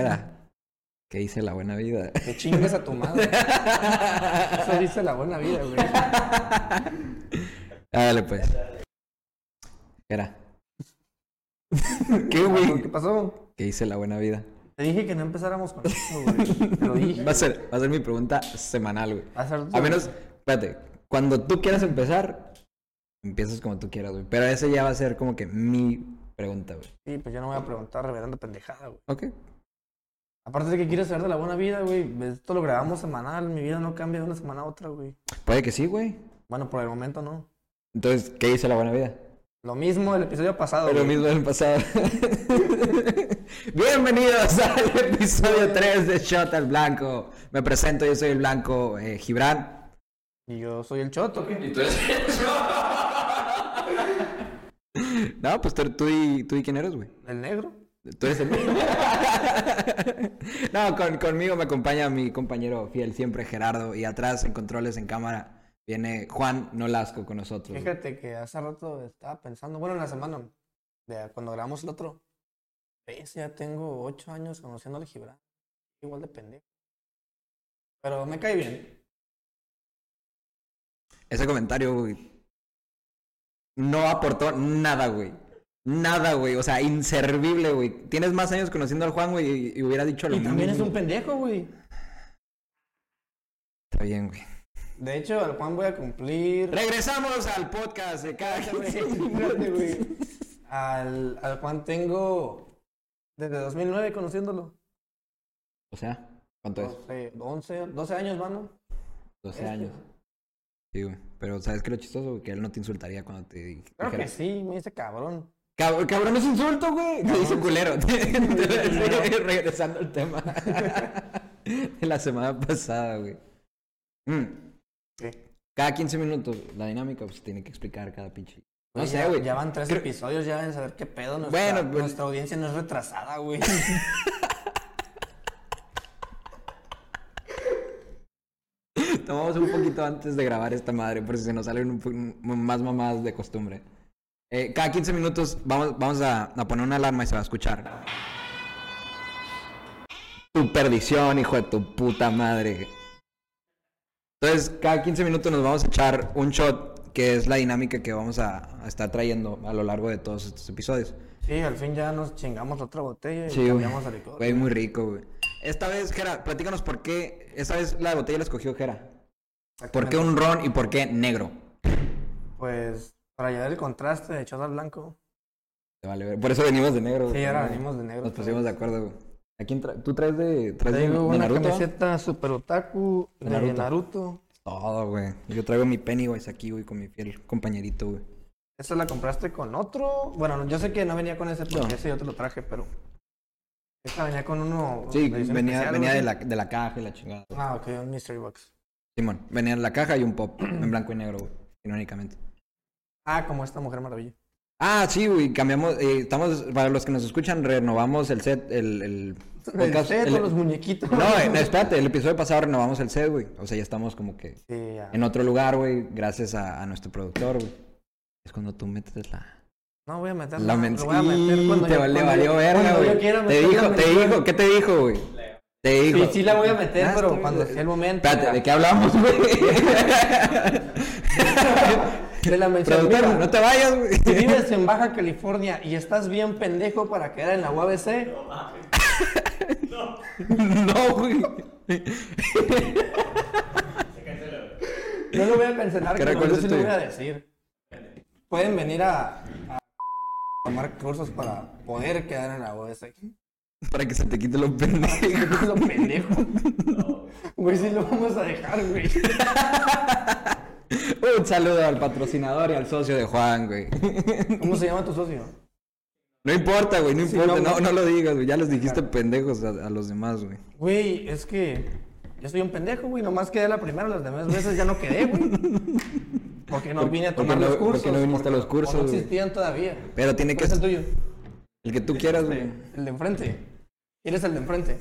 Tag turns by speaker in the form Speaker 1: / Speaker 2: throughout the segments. Speaker 1: queda. ¿Qué dice la buena vida?
Speaker 2: Te chingas a tu madre. Eso dice la buena vida, güey.
Speaker 1: Dale pues. Era. ¿Qué,
Speaker 2: ¿Qué
Speaker 1: güey?
Speaker 2: pasó?
Speaker 1: ¿Qué dice la buena vida?
Speaker 2: Te dije que no empezáramos con eso, güey. Te lo dije.
Speaker 1: Va a ser, va a ser mi pregunta semanal, güey.
Speaker 2: Va a ser-
Speaker 1: A menos, espérate, cuando tú quieras empezar, empiezas como tú quieras, güey. Pero esa ya va a ser como que mi pregunta, güey.
Speaker 2: Sí, pues yo no voy a preguntar reverendo pendejada, güey.
Speaker 1: Ok.
Speaker 2: Aparte de que quieres saber de la buena vida, güey. Esto lo grabamos semanal. Mi vida no cambia de una semana a otra, güey.
Speaker 1: Puede que sí, güey.
Speaker 2: Bueno, por el momento no.
Speaker 1: Entonces, ¿qué dice la buena vida?
Speaker 2: Lo mismo del episodio pasado.
Speaker 1: Lo
Speaker 2: güey.
Speaker 1: mismo del pasado. Bienvenidos al episodio 3 de Shot al Blanco. Me presento, yo soy el Blanco eh, Gibran.
Speaker 2: Y yo soy el choto, ¿qué?
Speaker 1: No, pues tú, tú y, tú y quién eres, güey.
Speaker 2: El negro.
Speaker 1: Tú eres el mismo. no, con- conmigo me acompaña mi compañero fiel siempre, Gerardo. Y atrás, en controles, en cámara, viene Juan Nolasco con nosotros. güey.
Speaker 2: Fíjate que hace rato estaba pensando, bueno, en la semana, de cuando grabamos el otro. Ves, ya tengo ocho años conociendo al Gibran. Igual de pendejo. Pero me cae bien.
Speaker 1: Ese comentario, güey, no aportó nada, güey. Nada, güey. O sea, inservible, güey. Tienes más años conociendo al Juan, güey, y, y hubiera dicho lo
Speaker 2: Y también es
Speaker 1: mismo.
Speaker 2: un pendejo, güey.
Speaker 1: Está bien, güey.
Speaker 2: De hecho, al Juan voy a cumplir.
Speaker 1: Regresamos al podcast de cada
Speaker 2: Espérate, güey. Al, al Juan tengo desde 2009 conociéndolo.
Speaker 1: O sea, ¿cuánto es?
Speaker 2: No sé, 11, 12 años, mano.
Speaker 1: 12
Speaker 2: Este.
Speaker 1: años. Sí, güey. Pero ¿sabes qué es lo chistoso? güey? Que él no te insultaría cuando te di-
Speaker 2: Claro que
Speaker 1: dijera...
Speaker 2: sí, me dice cabrón.
Speaker 1: Cab- cabrón, es insulto, güey. Te dice culero. Sí,
Speaker 2: culero.
Speaker 1: Regresando al tema. De la semana pasada, güey. Mm. Cada 15 minutos, la dinámica pues tiene que explicar cada pinche. No
Speaker 2: Oye,
Speaker 1: sé,
Speaker 2: ya-
Speaker 1: güey.
Speaker 2: Ya van tres
Speaker 1: Creo-
Speaker 2: episodios, ya deben saber qué pedo. Nuestra,
Speaker 1: Bueno, pues-
Speaker 2: nuestra audiencia no es retrasada, güey.
Speaker 1: Tomamos un poquito antes de grabar esta madre, por si se nos salen un po- un- más mamadas de costumbre. Eh, cada 15 minutos vamos, vamos a, a poner una alarma y se va a escuchar. Tu perdición, hijo de tu puta madre. Entonces, cada 15 minutos nos vamos a echar un shot, que es la dinámica que vamos a, a estar trayendo a lo largo de todos estos episodios.
Speaker 2: sí, al fin ya nos chingamos otra botella y
Speaker 1: Sí, güey.
Speaker 2: cambiamos el licor.
Speaker 1: Güey, muy rico, güey. Esta vez, Jera, platícanos por qué. Esta vez la botella la escogió Jera. ¿Por qué un ron y por qué negro?
Speaker 2: Pues para llevar el contraste de Chosa Blanco.
Speaker 1: Te vale ver. Por eso venimos de negro,
Speaker 2: Sí,
Speaker 1: güey.
Speaker 2: ahora venimos de negro.
Speaker 1: Nos
Speaker 2: otra
Speaker 1: pusimos de
Speaker 2: vez.
Speaker 1: acuerdo, güey. ¿A quién tra- ¿Tú traes de, traes de,
Speaker 2: Traigo
Speaker 1: de
Speaker 2: una
Speaker 1: Naruto?
Speaker 2: camiseta super otaku de
Speaker 1: De Naruto.
Speaker 2: Naruto.
Speaker 1: Todo, güey. Yo traigo mi Pennywise aquí, güey, con mi fiel compañerito, güey.
Speaker 2: Esa la compraste con otro. Bueno, no- yo sé que no venía con ese porque
Speaker 1: No.
Speaker 2: ese yo te lo traje, pero. Esta venía con uno.
Speaker 1: Sí,
Speaker 2: de edición
Speaker 1: venía,
Speaker 2: Oh, especial,
Speaker 1: venía
Speaker 2: güey.
Speaker 1: de, la, de la caja y la chingada.
Speaker 2: Ah, ok, un mystery box.
Speaker 1: Simón, venía de la caja y un pop en blanco y negro, güey. Irónicamente.
Speaker 2: Ah, como esta mujer maravilla.
Speaker 1: Ah, sí, güey, cambiamos, eh, estamos, para los que nos escuchan, renovamos el set, el, el
Speaker 2: El
Speaker 1: podcast,
Speaker 2: set
Speaker 1: el-
Speaker 2: o los muñequitos.
Speaker 1: No, eh, no, espérate, el episodio pasado renovamos el set, güey. O sea, ya estamos como que
Speaker 2: Sí, ya.
Speaker 1: en otro lugar, güey, gracias a, a nuestro productor, güey. Es cuando tú metes la...
Speaker 2: No voy a meter.
Speaker 1: La
Speaker 2: nada,
Speaker 1: men-
Speaker 2: lo voy a meter
Speaker 1: Y
Speaker 2: cuando
Speaker 1: te
Speaker 2: yo-
Speaker 1: valió,
Speaker 2: cuando yo-
Speaker 1: valió verga,
Speaker 2: cuando yo
Speaker 1: güey.
Speaker 2: quiera
Speaker 1: Te
Speaker 2: meter la
Speaker 1: dijo, te
Speaker 2: mención.
Speaker 1: dijo, ¿qué te dijo, güey? Te dijo.
Speaker 2: Sí, sí la voy a meter,
Speaker 1: Ah,
Speaker 2: pero
Speaker 1: estoy-
Speaker 2: cuando sea el momento.
Speaker 1: Espérate, ¿de qué hablamos, güey?
Speaker 2: Te la mencioné.
Speaker 1: Productor, no te vayas, güey.
Speaker 2: Si vives en Baja California y estás bien pendejo para quedar en la UABC,
Speaker 1: No, güey.
Speaker 2: no lo voy a cancelar,
Speaker 1: ¿Qué
Speaker 2: pero yo
Speaker 1: recuerdo
Speaker 2: sí
Speaker 1: es
Speaker 2: lo voy
Speaker 1: tuyo?
Speaker 2: a decir. Pueden venir a, a tomar cursos para poder quedar en la UABC.
Speaker 1: Para que se te quite lo pendejo.
Speaker 2: Es lo pendejo. Güey, sí lo vamos a dejar, güey.
Speaker 1: Un saludo al patrocinador y al socio de Juan, güey.
Speaker 2: ¿Cómo se llama tu socio?
Speaker 1: No importa, güey, no importa.
Speaker 2: no,
Speaker 1: no,
Speaker 2: güey.
Speaker 1: no lo digas, güey. Ya los dijiste pendejos a, a los demás, güey.
Speaker 2: Güey, es que yo soy un pendejo, güey. Nomás quedé la primera, las demás veces ya no quedé, güey. Porque no vine a
Speaker 1: porque
Speaker 2: tomar
Speaker 1: no-
Speaker 2: los
Speaker 1: porque
Speaker 2: cursos.
Speaker 1: no viniste a los
Speaker 2: o
Speaker 1: cursos,
Speaker 2: No
Speaker 1: güey.
Speaker 2: existían todavía.
Speaker 1: Pero tiene que
Speaker 2: ¿Cuál Pues es el
Speaker 1: ser
Speaker 2: tuyo?
Speaker 1: el que tú quieras, güey.
Speaker 2: El de enfrente. Eres el de enfrente.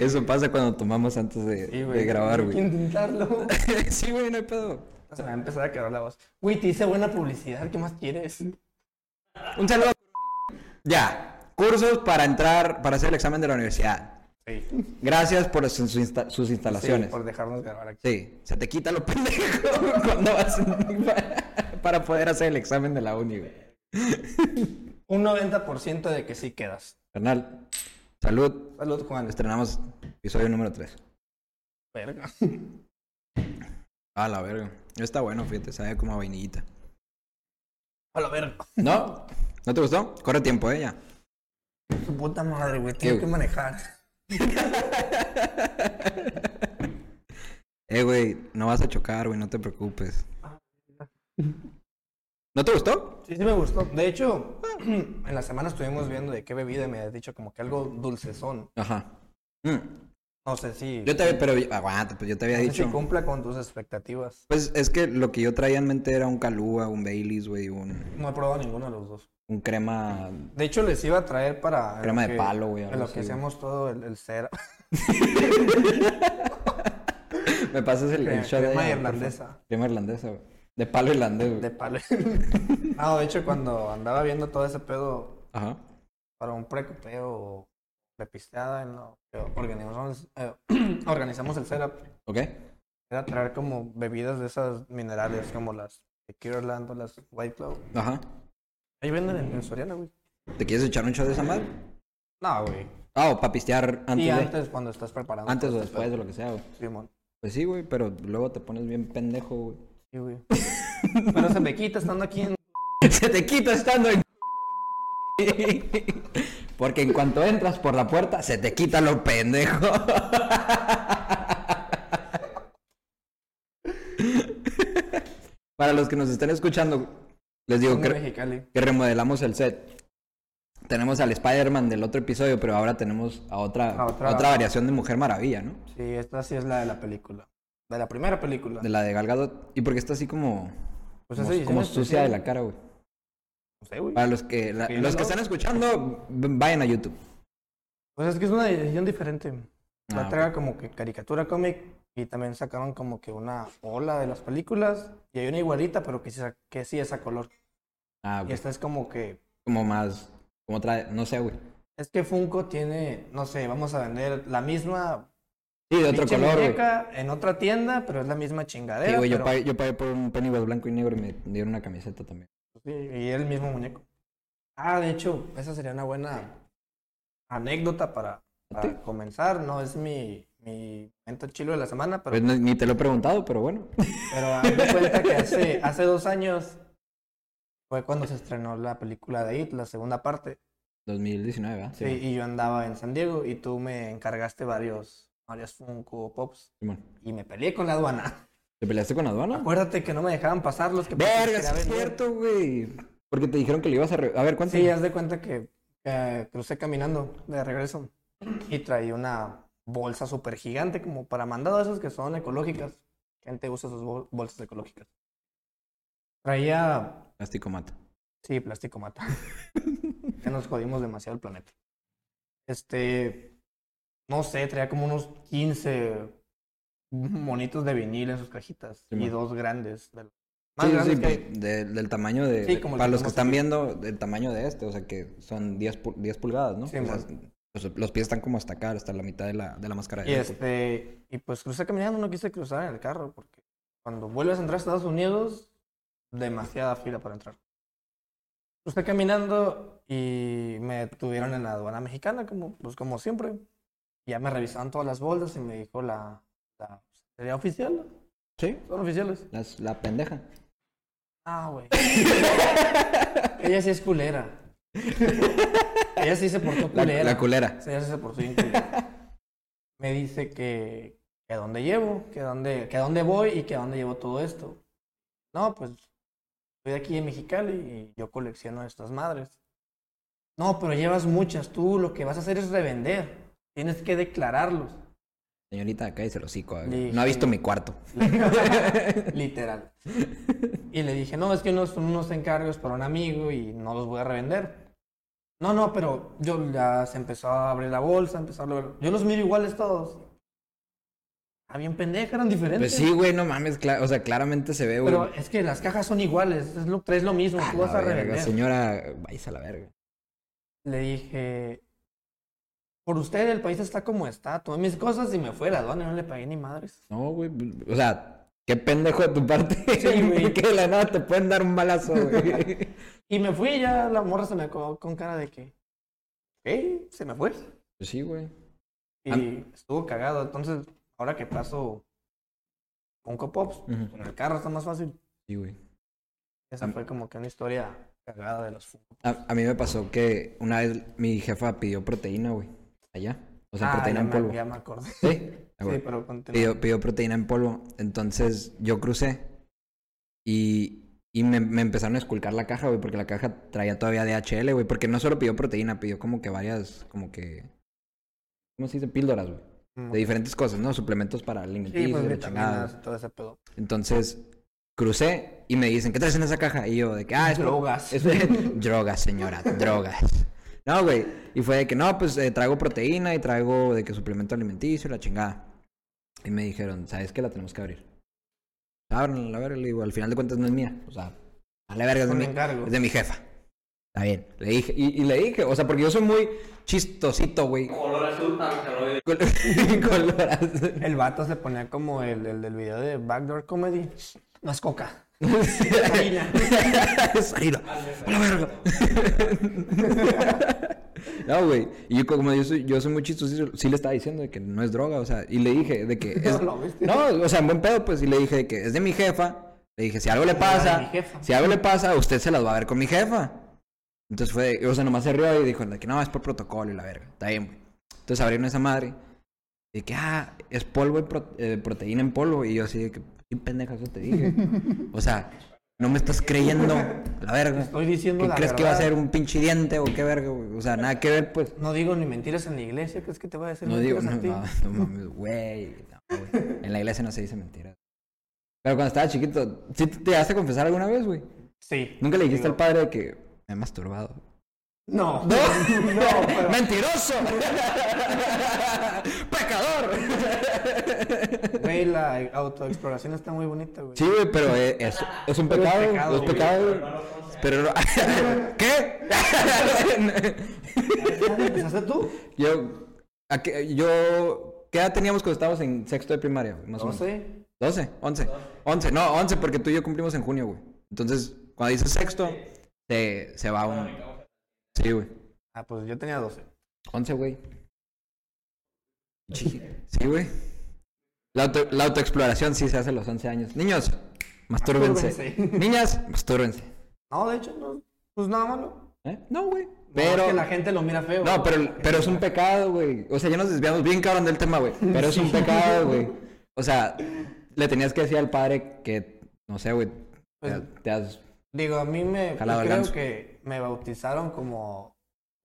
Speaker 1: Eso pasa cuando tomamos antes de,
Speaker 2: este, Sí,
Speaker 1: de grabar,
Speaker 2: Hay que
Speaker 1: güey.
Speaker 2: intentarlo.
Speaker 1: sí, güey, no hay pedo.
Speaker 2: Se me va a empezar a quedar la voz. Güey, te hice buena publicidad. ¿Qué más quieres?
Speaker 1: Un saludo. Ya, cursos para entrar, para hacer el examen de la universidad.
Speaker 2: Sí.
Speaker 1: Gracias por sus, sus insta- sus instalaciones. Sí,
Speaker 2: por dejarnos grabar aquí.
Speaker 1: se te quita lo pendejo cuando vas para poder hacer el examen de la uni, güey.
Speaker 2: Un 90% de que sí quedas.
Speaker 1: Carnal, salud.
Speaker 2: Salud, Juan.
Speaker 1: Estrenamos episodio número 3.
Speaker 2: Verga.
Speaker 1: A la verga. Está bueno, fíjate, sabe como a vainillita.
Speaker 2: A la verga.
Speaker 1: ¿No? ¿No te gustó? Corre tiempo, eh, ya.
Speaker 2: Tu puta madre, güey.
Speaker 1: ¿Qué,
Speaker 2: Tengo que
Speaker 1: güey?
Speaker 2: manejar.
Speaker 1: Eh, güey, no vas a chocar, güey, no te preocupes. ¿No te gustó?
Speaker 2: Sí, sí me gustó. De hecho, en la semana estuvimos viendo de qué bebida y me has dicho como que algo dulcezón.
Speaker 1: Ajá. Mm.
Speaker 2: No sé si,
Speaker 1: Yo te había, pero aguanta, pues yo te había
Speaker 2: no sé si
Speaker 1: dicho.
Speaker 2: cumpla con tus expectativas.
Speaker 1: Pues es que lo que yo traía en mente era un Calúa, un Baileys, güey, un,
Speaker 2: No he probado ninguno de los dos.
Speaker 1: un crema.
Speaker 2: De hecho, les iba a traer para... en lo
Speaker 1: Crema de
Speaker 2: que-
Speaker 1: palo, güey,
Speaker 2: En
Speaker 1: algo
Speaker 2: lo
Speaker 1: así,
Speaker 2: que
Speaker 1: güey.
Speaker 2: hacemos todo el, el cera.
Speaker 1: Me pasas el, el
Speaker 2: Crema,
Speaker 1: shot de
Speaker 2: crema
Speaker 1: allá, por
Speaker 2: irlandesa.
Speaker 1: favor. Crema irlandesa, güey. De palo irlandés, güey.
Speaker 2: De palo. no, de hecho, cuando andaba viendo todo ese pedo
Speaker 1: Ajá.
Speaker 2: para un precopeo o prepisteada en lo que organizamos, eh, organizamos el setup,
Speaker 1: ¿Ok?
Speaker 2: era traer como bebidas de esas minerales, como las de Kirland o las White Claw.
Speaker 1: Ajá.
Speaker 2: Ahí venden en, en Soriana, güey.
Speaker 1: ¿Te quieres echar un shot de esa madre?
Speaker 2: No, güey.
Speaker 1: Ah, o para pistear antes
Speaker 2: y
Speaker 1: de.
Speaker 2: antes, cuando estás preparando.
Speaker 1: antes o
Speaker 2: todo este
Speaker 1: después de lo que sea, güey.
Speaker 2: pedo. Simón.
Speaker 1: Pues sí, güey, pero luego te pones bien pendejo, güey.
Speaker 2: Sí, güey. Pero se me quita estando aquí en...
Speaker 1: Se te quita estando en. Porque en cuanto entras por la puerta, se te quita lo pendejo. Para los que nos están escuchando, les digo
Speaker 2: en
Speaker 1: que,
Speaker 2: Mexicali.
Speaker 1: que remodelamos el set. Tenemos al Spider-Man del otro episodio, pero ahora tenemos a otra,
Speaker 2: A otra-
Speaker 1: a otra variación de Mujer Maravilla, ¿no?
Speaker 2: Sí, esta sí es la de la película. De la primera película.
Speaker 1: De la de Gal Gadot. Y porque está así como,
Speaker 2: Pues ese
Speaker 1: como,
Speaker 2: diseño
Speaker 1: como
Speaker 2: especial,
Speaker 1: sucia de la cara, güey.
Speaker 2: No sé, güey.
Speaker 1: Para los que, la-
Speaker 2: Sí,
Speaker 1: los que
Speaker 2: ¿no?
Speaker 1: están escuchando, v- vayan a YouTube.
Speaker 2: Pues es que es una edición diferente. La
Speaker 1: Ah,
Speaker 2: traga como que caricatura cómic y también sacaron como que una ola de las películas y hay una igualita, pero que sí, sa- que sí es a color.
Speaker 1: Ah,
Speaker 2: Y
Speaker 1: güey.
Speaker 2: esta es como que...
Speaker 1: Como más. Como trae. No sé, güey.
Speaker 2: Es que Funko tiene, no sé, vamos a vender la misma
Speaker 1: Sí, de otro
Speaker 2: pinche
Speaker 1: color, güey.
Speaker 2: muñeca en otra tienda, pero es la misma chingadera.
Speaker 1: Sí, güey. Yo
Speaker 2: pero-
Speaker 1: pagué, yo pagué por un Pennywise blanco y negro y me dieron una camiseta también.
Speaker 2: Sí, y el mismo muñeco. Ah, de hecho, esa sería una buena anécdota para, para comenzar. No es mi, mi momento chilo de la semana, pero,
Speaker 1: Pues no- ni te lo he preguntado, pero bueno.
Speaker 2: pero hazme cuenta que hace, hace dos años fue cuando se estrenó la película de It, la segunda parte.
Speaker 1: 2019, ¿verdad?
Speaker 2: Sí, y yo andaba en San Diego y tú me encargaste varios, varios Funko Pops
Speaker 1: Simón.
Speaker 2: y me peleé con la aduana.
Speaker 1: ¿Te peleaste con la aduana?
Speaker 2: Acuérdate que no me dejaban pasar los que
Speaker 1: Verga,
Speaker 2: quería
Speaker 1: sí es
Speaker 2: vender.
Speaker 1: cierto, güey. Porque te dijeron que le ibas a. re- A ver, ¿cuánto?
Speaker 2: Sí, haz de cuenta que eh, crucé caminando de regreso y traí una bolsa súper gigante como para mandado esas que son ecológicas. Gente usa sus bol- bolsas ecológicas. Traía,
Speaker 1: Plástico mata.
Speaker 2: sí, plástico mata. que nos jodimos demasiado el planeta. Este, no sé, traía como unos 15 monitos de vinil en sus cajitas
Speaker 1: Sí,
Speaker 2: y
Speaker 1: man.
Speaker 2: dos grandes. de los- Más
Speaker 1: Sí,
Speaker 2: grandes
Speaker 1: sí,
Speaker 2: que hay.
Speaker 1: pues, de- del tamaño de.
Speaker 2: Sí,
Speaker 1: de-
Speaker 2: como el
Speaker 1: para
Speaker 2: que
Speaker 1: los que
Speaker 2: tenemos
Speaker 1: están
Speaker 2: aquí.
Speaker 1: viendo, del tamaño de este, o sea que son 10, pul- 10 pulgadas, ¿no?
Speaker 2: Sí,
Speaker 1: O sea,
Speaker 2: mon.
Speaker 1: los, los pies están como hasta acá, hasta la mitad de la, de la máscara de
Speaker 2: Y
Speaker 1: Deadpool.
Speaker 2: este, y pues crucé caminando, no quise cruzar en el carro, porque cuando vuelves a entrar a Estados Unidos, demasiada fila para entrar. Crucé caminando y me tuvieron en la aduana mexicana, como, pues como siempre. Ya me revisaron todas las bolsas y me dijo la, la sería oficial,
Speaker 1: Sí,
Speaker 2: son oficiales.
Speaker 1: las, la pendeja.
Speaker 2: Ah, güey. Ella sí es culera. Ella sí se portó
Speaker 1: La,
Speaker 2: culera.
Speaker 1: la culera.
Speaker 2: Se hace por su inculera. Me dice que, que a dónde llevo, que a dónde, que a dónde voy y que a dónde llevo todo esto. No, pues estoy aquí en Mexicali y yo colecciono estas madres. No, pero llevas muchas. Tú lo que vas a hacer es revender. Tienes que declararlos.
Speaker 1: Señorita, acá dice el hocico. eh.
Speaker 2: Dije,
Speaker 1: No ha visto
Speaker 2: no.
Speaker 1: mi cuarto.
Speaker 2: Literal. Y le dije, no, es que unos, son unos encargos para un amigo y no los voy a revender. No, no, pero yo ya se empezó a abrir la bolsa, empezó a lo- Yo los miro iguales todos. Ah, bien pendeja, eran diferentes.
Speaker 1: Pues sí, güey, no mames. cla- o sea, claramente se ve, güey.
Speaker 2: Pero es que las cajas son iguales, es lo, traes lo mismo,
Speaker 1: A
Speaker 2: tú vas
Speaker 1: Ah, la
Speaker 2: a
Speaker 1: verga,
Speaker 2: revender.
Speaker 1: señora, vais a la verga.
Speaker 2: le dije, por usted el país está como está, tomé mis cosas y me fui a la aduana, no le pagué ni madres.
Speaker 1: No, güey. O sea, qué pendejo de tu parte.
Speaker 2: Sí, güey.
Speaker 1: que de la nada te pueden dar un balazo, güey.
Speaker 2: Y me fui y ya la morra se me quedó con cara de que, ok, se me fue.
Speaker 1: Pues sí, güey.
Speaker 2: Y
Speaker 1: Ah.
Speaker 2: estuvo cagado. Entonces, ahora que paso con Copops,
Speaker 1: Ujú.
Speaker 2: con el carro está más fácil.
Speaker 1: Sí, güey.
Speaker 2: Esa
Speaker 1: Am-
Speaker 2: fue como que una historia cagada de los Funko.
Speaker 1: A, a mí me pasó que una vez mi jefa pidió proteína, güey. Allá. O sea,
Speaker 2: Ah,
Speaker 1: proteína
Speaker 2: ya
Speaker 1: en
Speaker 2: me-
Speaker 1: polvo.
Speaker 2: ya me acordé.
Speaker 1: Sí, ah, güey.
Speaker 2: Sí, pero continúa.
Speaker 1: pidió, pidió proteína en polvo. Entonces yo crucé y, y me, me empezaron a esculcar la caja, güey, porque la caja traía todavía DHL, güey. Porque no solo pidió proteína, pidió como que varias, como que. ¿Cómo se dice? Píldoras, güey.
Speaker 2: Mm.
Speaker 1: De diferentes cosas, ¿no? Suplementos para alimenticio,
Speaker 2: Sí, pues
Speaker 1: la
Speaker 2: vitaminas
Speaker 1: chingada.
Speaker 2: y todo ese pedo.
Speaker 1: Entonces crucé y me dicen, ¿qué traes en esa caja? Y yo, de que, ah, es pro-
Speaker 2: Drogas.
Speaker 1: es de- drogas, señora, drogas. No, güey. Y fue de que no, pues eh, traigo proteína y traigo de que suplemento alimenticio, la chingada. Y me dijeron, ¿sabes qué? La tenemos que abrir. Ábranla, la verga. Le digo, al final de cuentas no es mía. O sea, a la verga es de,
Speaker 2: Con
Speaker 1: mi,
Speaker 2: encargo.
Speaker 1: es de mi jefa. Está bien. Le dije, y, y le dije, o sea, porque yo soy muy chistosito, güey.
Speaker 3: Color azul, ah, se lo vi.
Speaker 1: Col- color azul.
Speaker 2: El vato se ponía como el, el del video de Backdoor Comedy. No es coca. Salina.
Speaker 1: Es Salina. A la verga. No, güey. Y yo, como yo soy, yo soy muy chistoso, sí le estaba diciendo de que no es droga, o sea, y le dije de que. es-
Speaker 2: lo viste.
Speaker 1: no, o sea, en buen pedo, pues, y le dije de que es de mi jefa. Le dije, si algo le
Speaker 2: Como la Ah, de mi
Speaker 1: pasa,
Speaker 2: jefa.
Speaker 1: si algo le pasa, usted se las va a ver con mi jefa. Entonces fue, o sea, nomás se rió y dijo, de que no, es por protocolo y la verga. Está bien, güey. Entonces abrieron esa madre. De que, ah, es polvo y pro- eh, proteína en polvo. Y yo así de que, qué pendeja eso te dije. o sea, no me estás creyendo. La verga.
Speaker 2: Estoy diciendo
Speaker 1: ¿Qué
Speaker 2: la
Speaker 1: crees que va a
Speaker 2: verdad.
Speaker 1: ser un pinche diente o qué verga, güey? O sea, nada que ver, pues.
Speaker 2: No digo ni mentiras en la iglesia. ¿Crees que te voy a decir
Speaker 1: No digo,
Speaker 2: mentiras
Speaker 1: no,
Speaker 2: a ti?
Speaker 1: no, no mames, güey. No, güey. En la iglesia no se dice mentiras. Pero cuando estaba chiquito, ¿sí te te llegaste a confesar alguna vez, güey?
Speaker 2: Sí.
Speaker 1: ¿Nunca le dijiste
Speaker 2: Digo,
Speaker 1: al padre de que me he masturbado?
Speaker 2: No. No, pero-
Speaker 1: ¡Mentiroso! ¡Pecador!
Speaker 2: Güey, la autoexploración está muy bonita, güey.
Speaker 1: Sí, güey, pero eh, es, es un
Speaker 2: Pero es
Speaker 1: pecado,
Speaker 2: pecado,
Speaker 1: es
Speaker 2: güey,
Speaker 1: pecado,
Speaker 3: Pero
Speaker 1: güey.
Speaker 3: no lo conoce.
Speaker 1: Pero no... ¿Qué?
Speaker 2: ¿Ya ¿Empezaste tú?
Speaker 1: yo... ¿a qué, yo... ¿Qué edad teníamos cuando estábamos en sexto de primaria? güey, Más o
Speaker 2: No
Speaker 1: menos.
Speaker 2: sé.
Speaker 1: ¿12? ¿11? 11, no, 11 porque tú y yo cumplimos en junio, güey. Entonces, cuando dices sexto, se, se va un... Sí, güey.
Speaker 2: Ah, pues yo tenía 12.
Speaker 1: 11, güey. Sí, sí, güey. La, auto- la autoexploración sí se hace a los 11 años. Niños, mastúrbense.
Speaker 2: Mastúrbense.
Speaker 1: Niñas, mastúrbense.
Speaker 2: No, de hecho, no. Pues nada malo.
Speaker 1: ¿Eh? No, güey.
Speaker 2: Pero...
Speaker 1: Pero...
Speaker 2: que la gente lo mira feo.
Speaker 1: No, pero, pero es un pecado, güey. O sea, ya nos desviamos bien cabrón del tema, güey. Pero es un pecado, güey. O sea, le tenías que decir al padre que, no sé, güey, te,
Speaker 2: Pues,
Speaker 1: te has
Speaker 2: Digo, a mí me... yo
Speaker 1: Jalado el ganso.
Speaker 2: creo que me bautizaron como...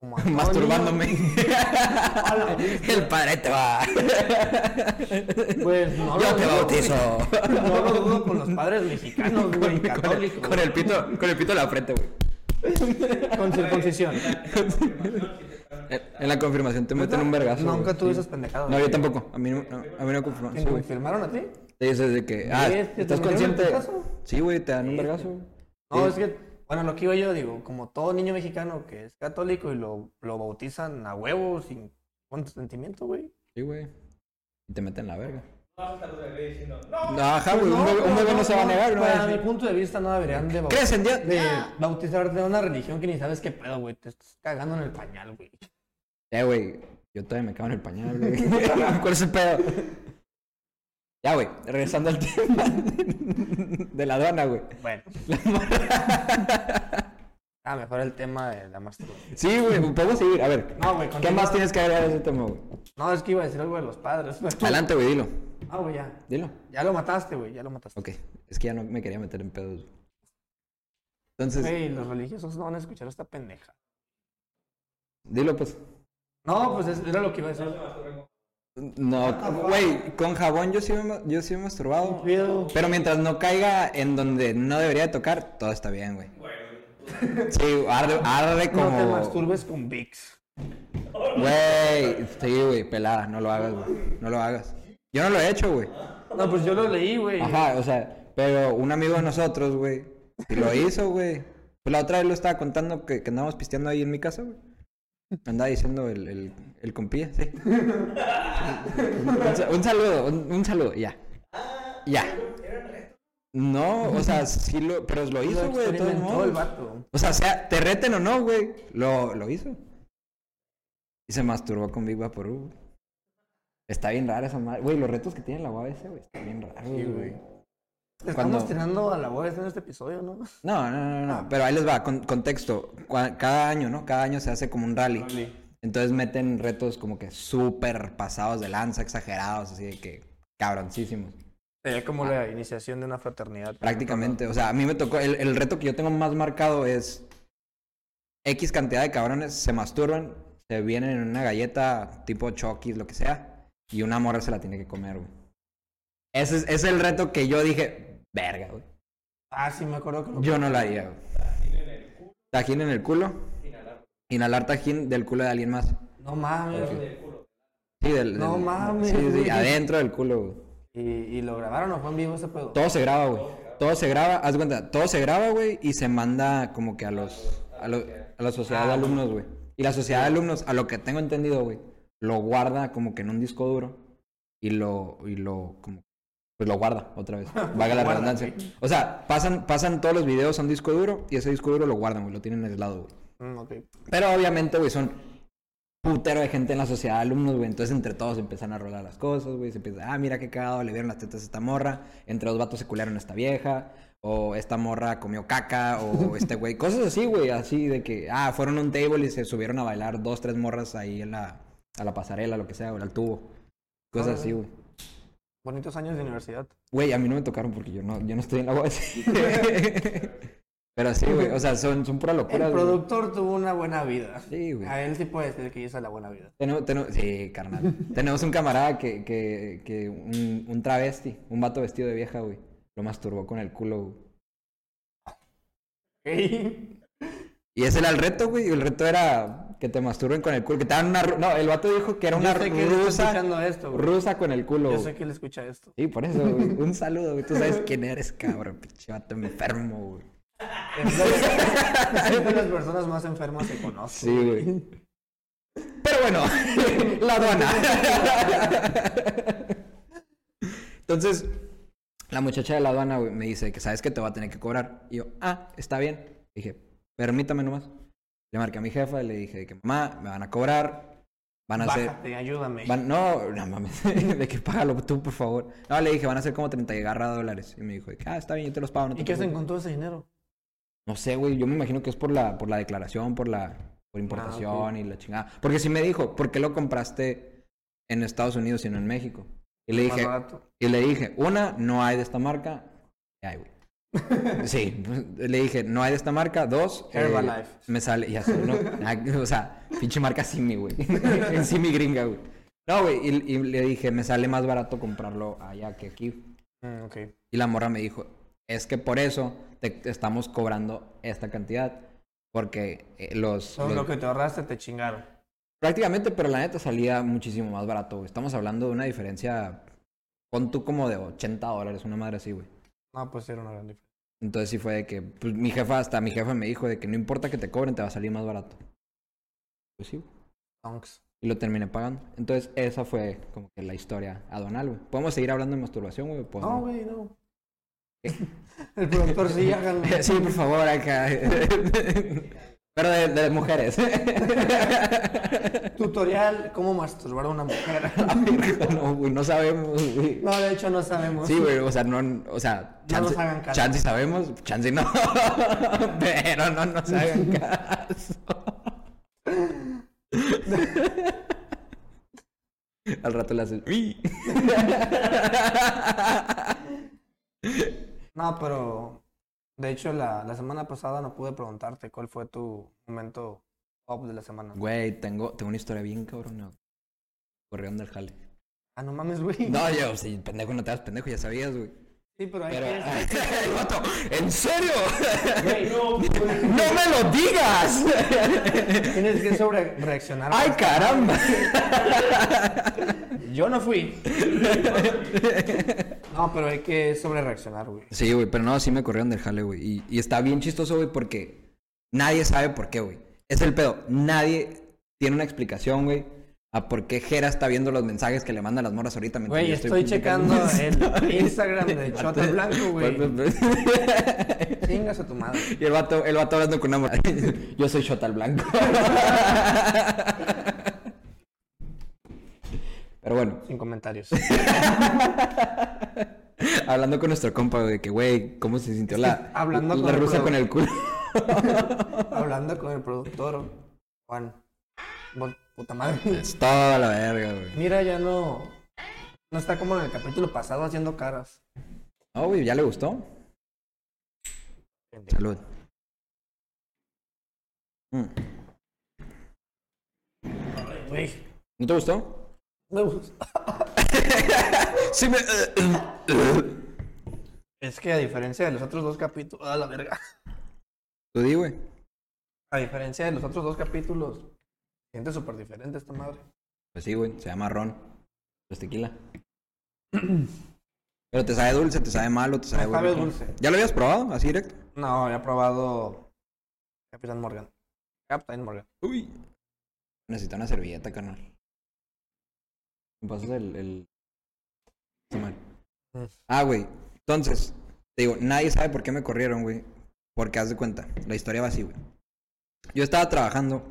Speaker 2: como Antonio.
Speaker 1: masturbándome.
Speaker 2: la
Speaker 1: El padre te va.
Speaker 2: Pues no
Speaker 1: Yo
Speaker 2: lo
Speaker 1: te
Speaker 2: dudo,
Speaker 1: bautizo.
Speaker 2: güey. No lo dudo con los padres mexicanos, güey,
Speaker 1: Con el,
Speaker 2: católicos.
Speaker 1: con el pito, con el pito en la frente, güey.
Speaker 2: Con circuncisión.
Speaker 1: En en la confirmación te meten un vergazo.
Speaker 2: Nunca
Speaker 1: güey.
Speaker 2: tuve esas pendejadas.
Speaker 1: No, yo tampoco. A mí no, no, a mí no confirmaron.
Speaker 2: ¿Te
Speaker 1: Sí, güey.
Speaker 2: confirmaron a ti?
Speaker 1: Te dices de que, ah,
Speaker 2: ¿Ves? ¿Te
Speaker 1: ¿estás
Speaker 2: metieron un
Speaker 1: consciente?
Speaker 2: putazo?
Speaker 1: Sí, güey, te dan un vergazo. güey.
Speaker 2: No, es que, bueno, lo que iba yo, digo, como todo niño mexicano que es católico y lo, lo bautizan a huevo sin consentimiento, güey.
Speaker 1: Sí, güey. Y te meten la verga.
Speaker 3: No vas a estar los bebés diciendo, no,
Speaker 1: No, ajá, Ah, güey. un bebé, un bebé no, se va a negar, ¿no? Va a
Speaker 2: Para mi
Speaker 1: decir,
Speaker 2: punto de vista, no deberían de,
Speaker 1: ¿Crees en Dios?
Speaker 2: de bautizarte a una religión que ni sabes qué pedo, güey. Te estás cagando en el pañal, güey.
Speaker 1: Eh, güey, yo todavía me cago en el pañal, güey. ¿Cuál es el pedo? Ya, güey, regresando al tema de la aduana, güey.
Speaker 2: Bueno. ah, mejor el tema de la masturbación.
Speaker 1: Sí, güey, podemos seguir. A ver,
Speaker 2: No, güey,
Speaker 1: ¿qué
Speaker 2: continúa.
Speaker 1: más tienes que agregar a ese tema, güey?
Speaker 2: No, es que iba a decir algo de los padres. güey.
Speaker 1: Adelante, güey, dilo.
Speaker 2: Ah, güey, ya.
Speaker 1: Dilo.
Speaker 2: Ya lo mataste, güey, ya lo mataste.
Speaker 1: Ok, es que ya no me quería meter en pedos. Entonces,
Speaker 2: Güey, los religiosos no van a escuchar esta pendeja.
Speaker 1: dilo, pues.
Speaker 2: No, pues es- era lo que iba a decir.
Speaker 1: No, güey, con jabón yo sí me, ma- yo sí me he masturbado.
Speaker 2: Pedo.
Speaker 1: Pero mientras no caiga en donde no debería de tocar, todo está bien, güey. Sí, arde, arde
Speaker 2: No te
Speaker 1: como...
Speaker 2: masturbes con Vicks.
Speaker 1: Güey, sí, güey, pelada, no lo hagas, güey. No lo hagas. Yo no lo he hecho, güey.
Speaker 2: No, pues yo lo leí, güey.
Speaker 1: Ajá, o sea, pero un amigo de nosotros, güey, sí lo hizo, güey. Pues la otra vez lo estaba contando que, que andábamos pisteando ahí en mi casa, güey. Me andaba diciendo el, el, el compilla, sí. Un, sa- un saludo, un, un saludo, ya. Ya. No, o sea, sí lo, pero lo hizo, güey, de todos
Speaker 2: experimentó el
Speaker 1: modos.
Speaker 2: vato.
Speaker 1: O sea, sea, te reten o no, güey, lo, lo hizo. Y se masturbó con Big Vaporú, güey. Está bien rara esa madre. Güey, los retos que tiene la UABC, güey, está bien raro,
Speaker 2: Sí, güey.
Speaker 1: güey.
Speaker 2: Te
Speaker 1: Cuando-
Speaker 2: Estamos tirando a la voz en este episodio, ¿no?
Speaker 1: No, no, no, no, pero ahí les va, con, contexto. Cua- Cada año, ¿no? Cada año se hace como un rally. Entonces meten retos como que súper pasados de lanza, exagerados, así de que cabroncísimos.
Speaker 2: Sería como la iniciación de una fraternidad.
Speaker 1: Prácticamente, o sea, a mí me tocó, el, el reto que yo tengo más marcado es X cantidad de cabrones se masturban, se vienen en una galleta tipo Chokis, lo que sea, y una morra se la tiene que comer, güey. Ese es, ese es el reto que yo dije, verga, güey.
Speaker 2: Ah, sí, me acuerdo que lo-
Speaker 1: Yo no la haría, güey. Tajín en el culo. Inhalar tajín del culo de alguien más.
Speaker 2: No mames.
Speaker 1: Sí, del,
Speaker 2: No
Speaker 1: del-
Speaker 2: mames,
Speaker 1: Sí, sí,
Speaker 2: güey.
Speaker 1: adentro del culo, güey.
Speaker 2: ¿Y, y lo grabaron o fue en vivo ese pedo?
Speaker 1: Todo se graba, güey. Todo se graba, haz de cuenta, todo se graba, güey, y se manda como que a los a, lo- a la sociedad de
Speaker 2: Ah.
Speaker 1: alumnos, güey. Y la sociedad de alumnos, a lo que tengo entendido, güey, lo guarda como que en un disco duro y lo y lo como pues lo guarda otra vez. Vaga la
Speaker 2: Guarda,
Speaker 1: redundancia. O sea, pasan pasan todos los videos a un disco duro y ese disco duro lo guardan, güey, lo tienen aislado, güey.
Speaker 2: Mm, ok.
Speaker 1: Pero obviamente, güey, son putero de gente en la sociedad de alumnos, güey. Entonces, entre todos empiezan a rolar las cosas, güey. Se empieza, ah, mira qué cagado, le vieron las tetas a esta morra. Entre los vatos se culearon a esta vieja. O esta morra comió caca. O este güey. Cosas así, güey. Así de que, ah, fueron a un table y se subieron a bailar dos, tres morras ahí en la, a la pasarela, lo que sea, güey, al tubo. Cosas así, güey.
Speaker 2: Bonitos años de universidad.
Speaker 1: Güey, a mí no me tocaron porque yo no, yo no estoy en la UAS. E. Pero sí, güey. O sea, son, son pura
Speaker 2: El
Speaker 1: locura, güey.
Speaker 2: productor tuvo una buena vida.
Speaker 1: Sí, güey.
Speaker 2: A él sí puede decir que hizo la buena vida.
Speaker 1: Tenemos, tenemos- sí, carnal. tenemos un camarada que, que, que un, un travesti, un vato vestido de vieja, güey. Lo masturbó con el culo, güey.
Speaker 2: Ok.
Speaker 1: Y ese era el reto, güey. y El reto era que te masturben con el culo. Que te dan una. ru- No, el vato dijo que era una
Speaker 2: Yo sé que él está
Speaker 1: rusa.
Speaker 2: escuchando esto, güey.
Speaker 1: Rusa con el culo,
Speaker 2: Yo
Speaker 1: güey.
Speaker 2: sé que él escucha esto.
Speaker 1: Sí, por eso, güey. Un saludo, güey. Tú sabes quién eres, cabrón. Pinche vato enfermo, güey.
Speaker 2: Es de las- es de las personas más enfermas que conozco.
Speaker 1: Sí, güey. Pero bueno, la aduana. Entonces, la muchacha de la aduana güey, me dice que sabes que te va a tener que cobrar. Y yo, ah, está bien. Dije, permítame nomás. Le marqué a mi jefa y le dije que mamá, me van a cobrar. Van a hacer.
Speaker 2: Bájate, ayúdame.
Speaker 1: van- no, no mames. de que págalo tú, por favor. No, le dije, van a ser como 30 y garra dólares. Y me dijo, de que, ah, está bien, yo te los pago. No, te
Speaker 2: ¿Y qué hacen
Speaker 1: preocupes".
Speaker 2: con todo ese dinero?
Speaker 1: No sé, güey. Yo me imagino que es por la, por la declaración, por la
Speaker 2: Ah,
Speaker 1: por importación y la chingada. Porque sí me dijo, ¿por qué lo compraste en Estados Unidos y no en México? Y le
Speaker 2: Más
Speaker 1: dije,
Speaker 2: barato.
Speaker 1: y le dije, una, no hay de esta marca. ¿Qué hay, güey? Sí, le dije, no hay de esta marca. Dos, eh,
Speaker 2: Herbalife.
Speaker 1: me sale, ya sé, no, na- o sea, pinche marca Simi, güey. en Simi gringa, güey. No, güey, y, y le dije, me sale más barato comprarlo allá que aquí.
Speaker 2: Mm, ok.
Speaker 1: Y la morra me dijo, es que por eso te te estamos cobrando esta cantidad. Porque eh, los...
Speaker 2: Todo
Speaker 1: los-
Speaker 2: lo que te ahorraste te chingaron.
Speaker 1: Prácticamente, pero la neta salía muchísimo más barato. güey. Estamos hablando de una diferencia, pon tú como de 80 dólares, una madre así, güey.
Speaker 2: No, pues era una gran diferencia.
Speaker 1: Entonces sí fue de que, pues mi jefa, hasta mi jefa me dijo de que no importa que te cobren, te va a salir más barato. Pues sí, güey.
Speaker 2: Tonks.
Speaker 1: Y lo terminé pagando. Entonces esa fue como que la historia adonal, güey. ¿Podemos seguir hablando de masturbación, güey? Pues,
Speaker 2: No,
Speaker 1: no.
Speaker 2: güey, no. El productor sí, háganlo.
Speaker 1: Sí, por favor, acá. Pero de, de mujeres.
Speaker 2: Tutorial, cómo masturbar a una mujer.
Speaker 1: no, güey, no sabemos, güey.
Speaker 2: No, de hecho no sabemos.
Speaker 1: Sí, güey, o sea, no, o sea,
Speaker 2: No nos hagan caso.
Speaker 1: chance sabemos, chance no, pero no nos hagan caso. Al rato le haces, "Uy".
Speaker 2: No, pero de hecho la, la semana pasada no pude preguntarte cuál fue tu momento top de la semana.
Speaker 1: güey, tengo, tengo una historia bien cabrona, corriendo del jale.
Speaker 2: Ah, no mames, güey.
Speaker 1: No, yo, sí, pendejo, no te das pendejo, ya sabías, güey.
Speaker 2: Sí, pero hay
Speaker 1: Pero,
Speaker 2: que...
Speaker 1: el vato, ¿en serio?
Speaker 2: Güey, no,
Speaker 1: ¡No me lo digas!
Speaker 2: Tienes que sobre reaccionar.
Speaker 1: ¡Ay, caramba!
Speaker 2: Yo no fui. No, pero hay que sobre reaccionar, güey.
Speaker 1: Sí, güey, pero no, sí me corrieron del jale, güey. Y, y está bien chistoso, güey, porque nadie sabe por qué, güey. Es el pedo. Nadie tiene una explicación, güey, a por qué Jera está viendo los mensajes que le mandan las morras ahorita. mientras
Speaker 2: Güey,
Speaker 1: yo
Speaker 2: estoy
Speaker 1: publicando
Speaker 2: checando el
Speaker 1: stories.
Speaker 2: Instagram de Choto
Speaker 1: Vato- pues,
Speaker 2: Blanco, güey. Chingas a tu madre.
Speaker 1: Y el vato, el vato hablando con una morra. Yo soy Shota el Blanco. Pero bueno,
Speaker 2: Sin comentarios.
Speaker 1: hablando con nuestro compa, güey, que güey, ¿cómo se sintió la,
Speaker 2: hablando
Speaker 1: la
Speaker 2: con el
Speaker 1: rusa
Speaker 2: produ-
Speaker 1: con el culo?
Speaker 2: Hablando con el productor, Juan. Vol- Puta madre.
Speaker 1: Es toda la verga, güey.
Speaker 2: Mira, ya no. No está como en el capítulo pasado haciendo caras.
Speaker 1: No, güey, ¿ya le gustó? Salud. Mm.
Speaker 2: Güey.
Speaker 1: ¿No te gustó?
Speaker 2: Me gusta.
Speaker 1: Sí me...
Speaker 2: Es que a diferencia de los otros dos capítulos. A la verga.
Speaker 1: Tú di, güey.
Speaker 2: A diferencia de los otros dos capítulos. Siente súper diferente esta madre.
Speaker 1: Pues sí, güey, se llama ron. Pues tequila. Pero te sabe dulce, te sabe malo, te sabe
Speaker 2: Me sabe
Speaker 1: bonito.
Speaker 2: dulce.
Speaker 1: ¿Ya lo habías probado? ¿Así directo?
Speaker 2: No, he probado. Capitán Morgan. Captain Morgan.
Speaker 1: Uy. Necesito una servilleta, carnal. ¿Me pasas el. el... esa madre?
Speaker 2: Mm.
Speaker 1: Ah, güey. Entonces, te digo, nadie sabe por qué me corrieron, güey. Porque haz de cuenta, la historia va así, güey. Yo estaba trabajando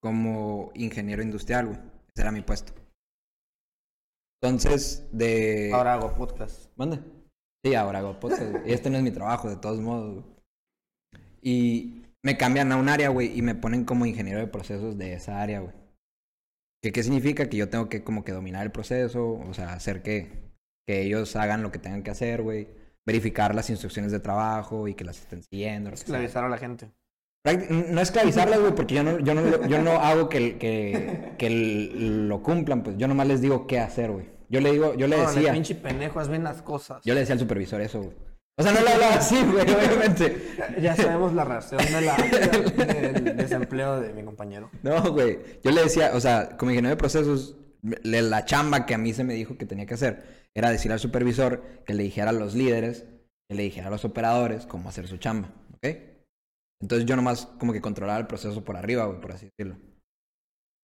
Speaker 1: como ingeniero industrial, güey. Ese era mi puesto. Entonces, de.
Speaker 2: Ahora hago podcast.
Speaker 1: ¿Mande? Sí, ahora hago podcast. güey. Este no es mi trabajo, de todos modos. güey. Y me cambian a un área, güey, y me ponen como ingeniero de procesos de esa área, güey. ¿Qué, ¿Qué significa? Que yo tengo que como que dominar el proceso, o sea, hacer que, que ellos hagan lo que tengan que hacer, güey. Verificar las instrucciones de trabajo y que las estén siguiendo. lo que sea.
Speaker 2: Esclavizar a la gente.
Speaker 1: Prácti- No esclavizarlas, güey, porque yo no, yo no, lo- yo no hago que, que, que lo cumplan, pues yo nomás les digo qué hacer, güey. Yo le digo, yo le
Speaker 2: No,
Speaker 1: decía...
Speaker 2: pinche pendejo, haz bien las cosas.
Speaker 1: Yo le decía al supervisor eso, güey. O sea, no le hablaba así, güey, obviamente.
Speaker 2: Ya sabemos la razón de la- del desempleo de mi compañero.
Speaker 1: No, güey. Yo le decía, o sea, como ingeniero de procesos, me- le- la chamba que a mí se me dijo que tenía que hacer era decir al supervisor que le dijera a los líderes, que le dijera a los operadores cómo hacer su chamba, ¿ok? Entonces yo nomás como que controlaba el proceso por arriba, güey, por así decirlo.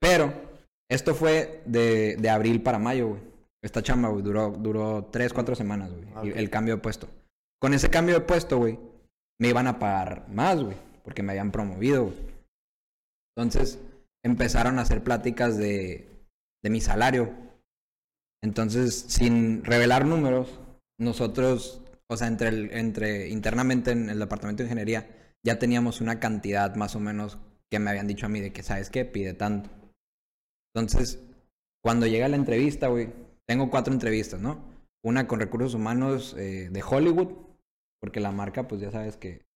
Speaker 1: Pero esto fue de, de abril para mayo, güey. Esta chamba, güey, duró, duró tres, cuatro semanas, güey.
Speaker 2: Ah,
Speaker 1: y
Speaker 2: ok.
Speaker 1: El cambio de puesto. Con ese cambio de puesto, güey, me iban a pagar más, güey. Porque me habían promovido, güey. Entonces empezaron a hacer pláticas de, de mi salario. Entonces, sin revelar números, nosotros, o sea, entre, el- entre internamente en el departamento de ingeniería, ya teníamos una cantidad más o menos que me habían dicho a mí de que, ¿sabes qué? Pide tanto. Entonces, cuando llega la entrevista, güey, tengo cuatro entrevistas, ¿no? Una con recursos humanos eh, de Hollywood, porque la marca, pues ya sabes que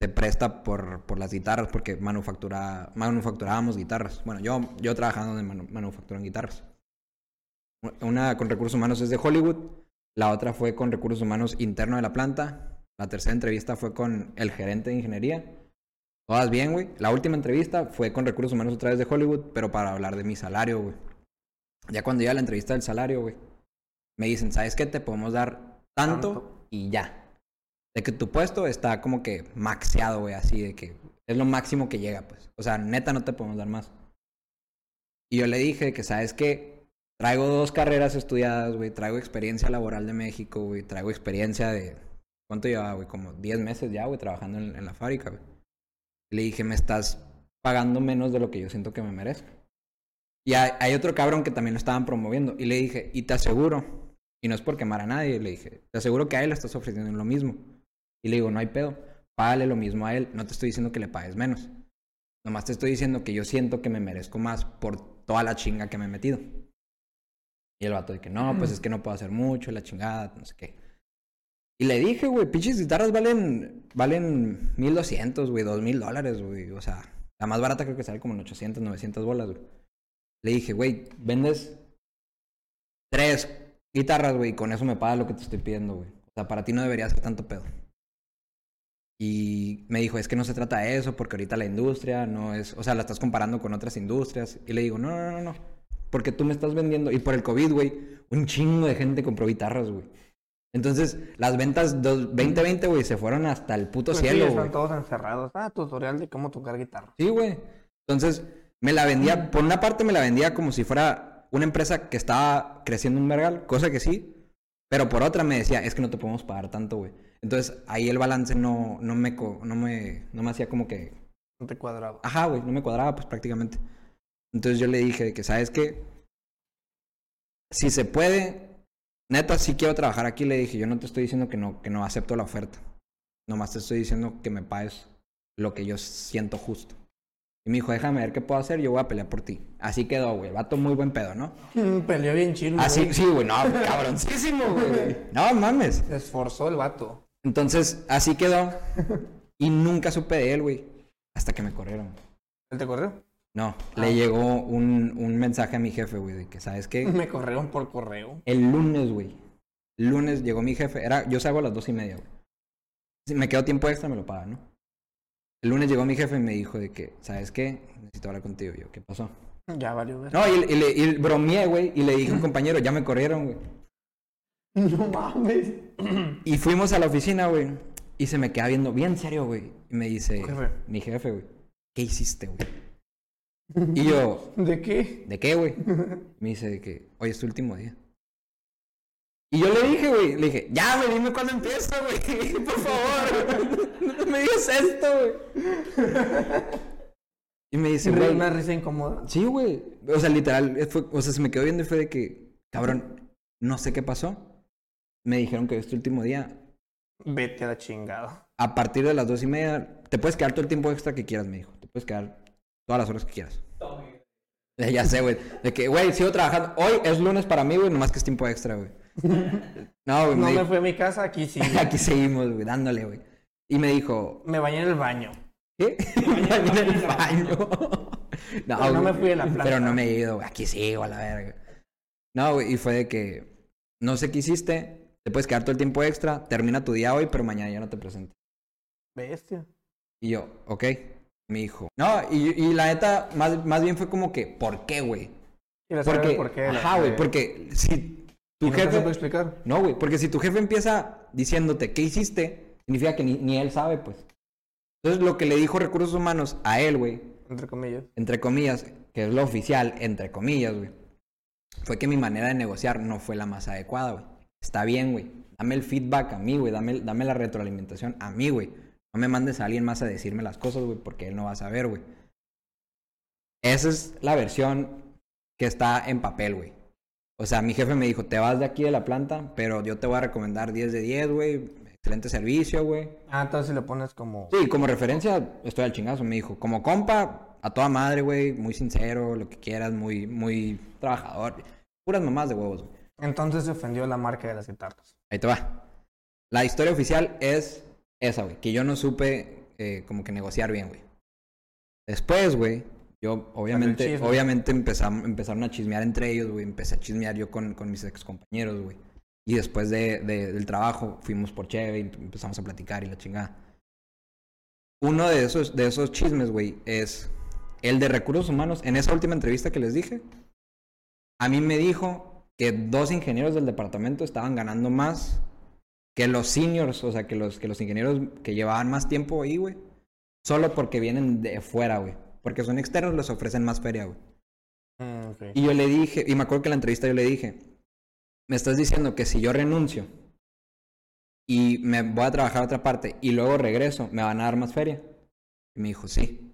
Speaker 1: se presta por, por las guitarras, porque manufactura, manufacturábamos guitarras. Bueno, yo, yo trabajando donde manu- manufacturan guitarras. Una con recursos humanos es de Hollywood, la otra fue con recursos humanos interno de la planta, la tercera entrevista fue con el gerente de ingeniería. Todas bien, güey. La última entrevista fue con recursos humanos otra vez de Hollywood, pero para hablar de mi salario, güey. Ya cuando llega la entrevista del salario, güey, me dicen, ¿sabes qué? Te podemos dar tanto,
Speaker 2: Tanto.
Speaker 1: y ya. De que tu puesto está como que maxeado, güey, así de que es lo máximo que llega, pues. O sea, neta no te podemos dar más. Y yo le dije que, ¿sabes qué? Traigo dos carreras estudiadas, güey. Traigo experiencia laboral de México, güey. Traigo experiencia de... ¿Cuánto llevaba, güey? Como 10 meses ya, güey, trabajando en, en la fábrica, güey. Le dije, me estás pagando menos de lo que yo siento que me merezco. Y hay, hay otro cabrón que también lo estaban promoviendo. Y le dije, y te aseguro, y no es por quemar a nadie, le dije, te aseguro que a él le estás ofreciendo lo mismo. Y le digo, no hay pedo, págale lo mismo a él. No te estoy diciendo que le pagues menos. Nomás te estoy diciendo que yo siento que me merezco más por toda la chinga que me he metido. Y el vato de que no, pues es que no puedo hacer mucho, la chingada, no sé qué. Y le dije, güey, pinches guitarras valen, valen 1200, güey, 2000 dólares, güey. O sea, la más barata creo que sale como en 800, 900 bolas, güey. Le dije, güey, vendes tres guitarras, güey, y con eso me pagas lo que te estoy pidiendo, güey. O sea, para ti no debería ser tanto pedo. Y me dijo, es que no se trata de eso, porque ahorita la industria no es, o sea, la estás comparando con otras industrias. Y le digo, no, no, no, no, porque tú me estás vendiendo, y por el COVID, güey, un chingo de gente compró guitarras, güey. Entonces, las ventas dos- 2020, güey, se fueron hasta el puto
Speaker 2: Pues sí,
Speaker 1: cielo,
Speaker 2: están
Speaker 1: güey.
Speaker 2: todos encerrados. Ah, tutorial de cómo tocar guitarra.
Speaker 1: Sí, güey. Entonces, Me la vendía, por una parte me la vendía como si fuera una empresa que estaba creciendo un vergal, cosa que sí, pero por otra me decía, es que no te podemos pagar tanto, güey. Entonces ahí el balance no, no, me, co- no, me, no me hacía como que
Speaker 2: No te cuadraba.
Speaker 1: ajá, güey, no me cuadraba, pues prácticamente. Entonces yo le dije de que, ¿sabes qué? Si se puede, neta, sí quiero trabajar aquí. Le dije, yo no te estoy diciendo que no, que no acepto la oferta. Nomás te estoy diciendo que me pagues lo que yo siento justo. Y me dijo, déjame ver qué puedo hacer, yo voy a pelear por ti. Así quedó, güey. El vato muy buen pedo, ¿no?
Speaker 2: Mm, Peleó bien chido.
Speaker 1: Así,
Speaker 2: güey.
Speaker 1: sí, güey, no, cabroncísimo, güey. No mames.
Speaker 2: Se esforzó el vato.
Speaker 1: Entonces, así quedó. Y nunca supe de él, güey. Hasta que me corrieron.
Speaker 2: ¿Él te corrió?
Speaker 1: No,
Speaker 2: Ah.
Speaker 1: le llegó un, un mensaje a mi jefe, güey, de que, ¿sabes qué?
Speaker 2: Me corrieron por correo.
Speaker 1: El lunes, güey. El lunes llegó mi jefe. Era, yo salgo a las dos y media, güey. Si me quedo tiempo extra, me lo pagan, ¿no? El lunes llegó mi jefe y me dijo de que, ¿sabes qué? Necesito hablar contigo. Yo, ¿qué pasó?
Speaker 2: Ya valió ver.
Speaker 1: No, y, le- y le- y bromeé, güey, y le dije a un compañero, ya me corrieron, güey.
Speaker 2: No mames.
Speaker 1: Y fuimos a la oficina, güey, y se me queda viendo bien serio, güey. Y me dice,
Speaker 2: Jefe.
Speaker 1: mi jefe, güey, ¿qué hiciste, güey? Y yo,
Speaker 2: ¿De qué?
Speaker 1: ¿De qué, güey? Me dice de que hoy es tu último día. Y yo le dije, güey, le dije, ya, güey, dime cuándo empiezo, güey, por favor, no me digas esto, güey. Y me dice,
Speaker 2: Ri-
Speaker 1: güey,
Speaker 2: Una risa incómoda.
Speaker 1: sí, güey, o sea, literal, fue- o sea, se me quedó viendo y fue de que, cabrón, no sé qué pasó. Me dijeron que hoy es tu último día.
Speaker 2: Vete a la chingada.
Speaker 1: A partir de las dos y media, te puedes quedar todo el tiempo extra que quieras, me dijo. Te puedes quedar todas las horas que quieras.
Speaker 3: Tommy.
Speaker 1: Eh, Ya sé, güey. De que, güey, sigo trabajando. Hoy es lunes para mí, güey, nomás que es tiempo extra, güey. No, güey, me
Speaker 2: No me
Speaker 1: dijo,
Speaker 2: fui a mi casa, aquí sí.
Speaker 1: aquí seguimos, güey, dándole, güey. Y me dijo,
Speaker 2: Me bañé en el baño.
Speaker 1: ¿qué? Baño en el baño. No,
Speaker 2: Pero no
Speaker 1: güey,
Speaker 2: me fui de la planta.
Speaker 1: Pero no me he ido, güey. Aquí sigo, a la verga. No, güey, y fue de que, no sé qué hiciste, te puedes quedar todo el tiempo extra, termina tu día hoy, pero mañana ya no te presento.
Speaker 2: Bestia.
Speaker 1: Y yo, ok, me dijo. No, y, y la neta, más, más bien fue como que, ¿por qué, güey?
Speaker 2: Y la
Speaker 1: Porque,
Speaker 2: sabe por qué. la
Speaker 1: ajá, güey,
Speaker 2: sabe.
Speaker 1: porque si
Speaker 2: ¿Y
Speaker 1: tu
Speaker 2: no te
Speaker 1: jefe...
Speaker 2: supo explicar?
Speaker 1: No, güey, porque si tu jefe empieza diciéndote qué hiciste, significa que ni, ni él sabe, pues. Entonces, lo que le dijo Recursos Humanos a él, güey,
Speaker 2: Entre comillas.
Speaker 1: entre comillas, que es lo oficial, entre comillas, güey, fue que mi manera de negociar no fue la más adecuada, güey. Está bien, güey. Dame el feedback a mí, güey. Dame, dame la retroalimentación a mí, güey. No me mandes a alguien más a decirme las cosas, güey, porque él no va a saber, güey. Esa es la versión que está en papel, güey. O sea, mi jefe me dijo, te vas de aquí de la planta, pero yo te voy a recomendar 10 de 10, güey. Excelente servicio, güey.
Speaker 2: Ah, entonces lo pones como.
Speaker 1: Sí, como referencia, estoy al chingazo, me dijo. Como compa, a toda madre, güey. Muy sincero, lo que quieras, muy, muy trabajador. Puras mamás de huevos, güey.
Speaker 2: Entonces se ofendió la marca de las guitarras.
Speaker 1: Ahí te va. La historia oficial es esa, güey. Que yo no supe eh, como que negociar bien, güey. Después, güey, yo obviamente,
Speaker 2: chisme.
Speaker 1: obviamente empezam- empezaron a chismear entre ellos, güey. Empecé a chismear yo con, con mis ex compañeros, güey. Y después de, de- del trabajo fuimos por cheve y empezamos a platicar y la chingada. Uno de esos, de esos chismes, güey, es el de recursos humanos. En esa última entrevista que les dije, a mí me dijo que dos ingenieros del departamento estaban ganando más que los seniors, o sea, que los, que los ingenieros que llevaban más tiempo ahí, güey. Solo porque vienen de fuera, güey. Porque son externos, les ofrecen más feria, güey.
Speaker 2: Mm, ok.
Speaker 1: Y yo le dije, y me acuerdo que en la entrevista yo le dije, me estás diciendo que si yo renuncio y me voy a trabajar a otra parte y luego regreso, ¿me van a dar más feria? Y me dijo, sí.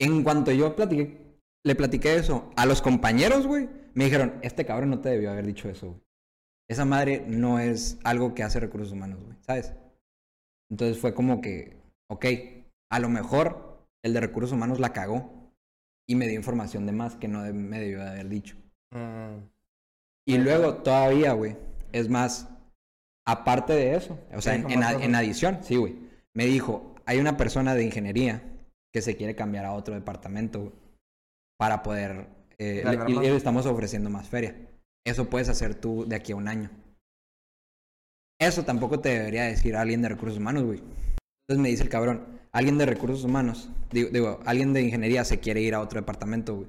Speaker 1: En cuanto yo platiqué, le platiqué eso a los compañeros, güey, me dijeron, este cabrón no te debió haber dicho eso, güey. Esa madre no es algo que hace recursos humanos, güey, ¿sabes? Entonces fue como que, ok, a lo mejor el de recursos humanos la cagó y me dio información de más que no de- me debió de haber dicho.
Speaker 2: Mm,
Speaker 1: Y luego todavía, güey, es más, aparte de eso, o sea,
Speaker 2: Sí,
Speaker 1: en,
Speaker 2: como
Speaker 1: en a-
Speaker 2: otro-
Speaker 1: en adición, sí, güey, me dijo, hay una persona de ingeniería que se quiere cambiar a otro departamento güey, para poder, eh, le-
Speaker 2: Ganar
Speaker 1: y-
Speaker 2: más.
Speaker 1: y le estamos ofreciendo más feria. Eso puedes hacer tú de aquí a un año. Eso tampoco te debería decir alguien de recursos humanos, güey. Entonces me dice el cabrón, alguien de recursos humanos, digo, digo, alguien de ingeniería se quiere ir a otro departamento, güey.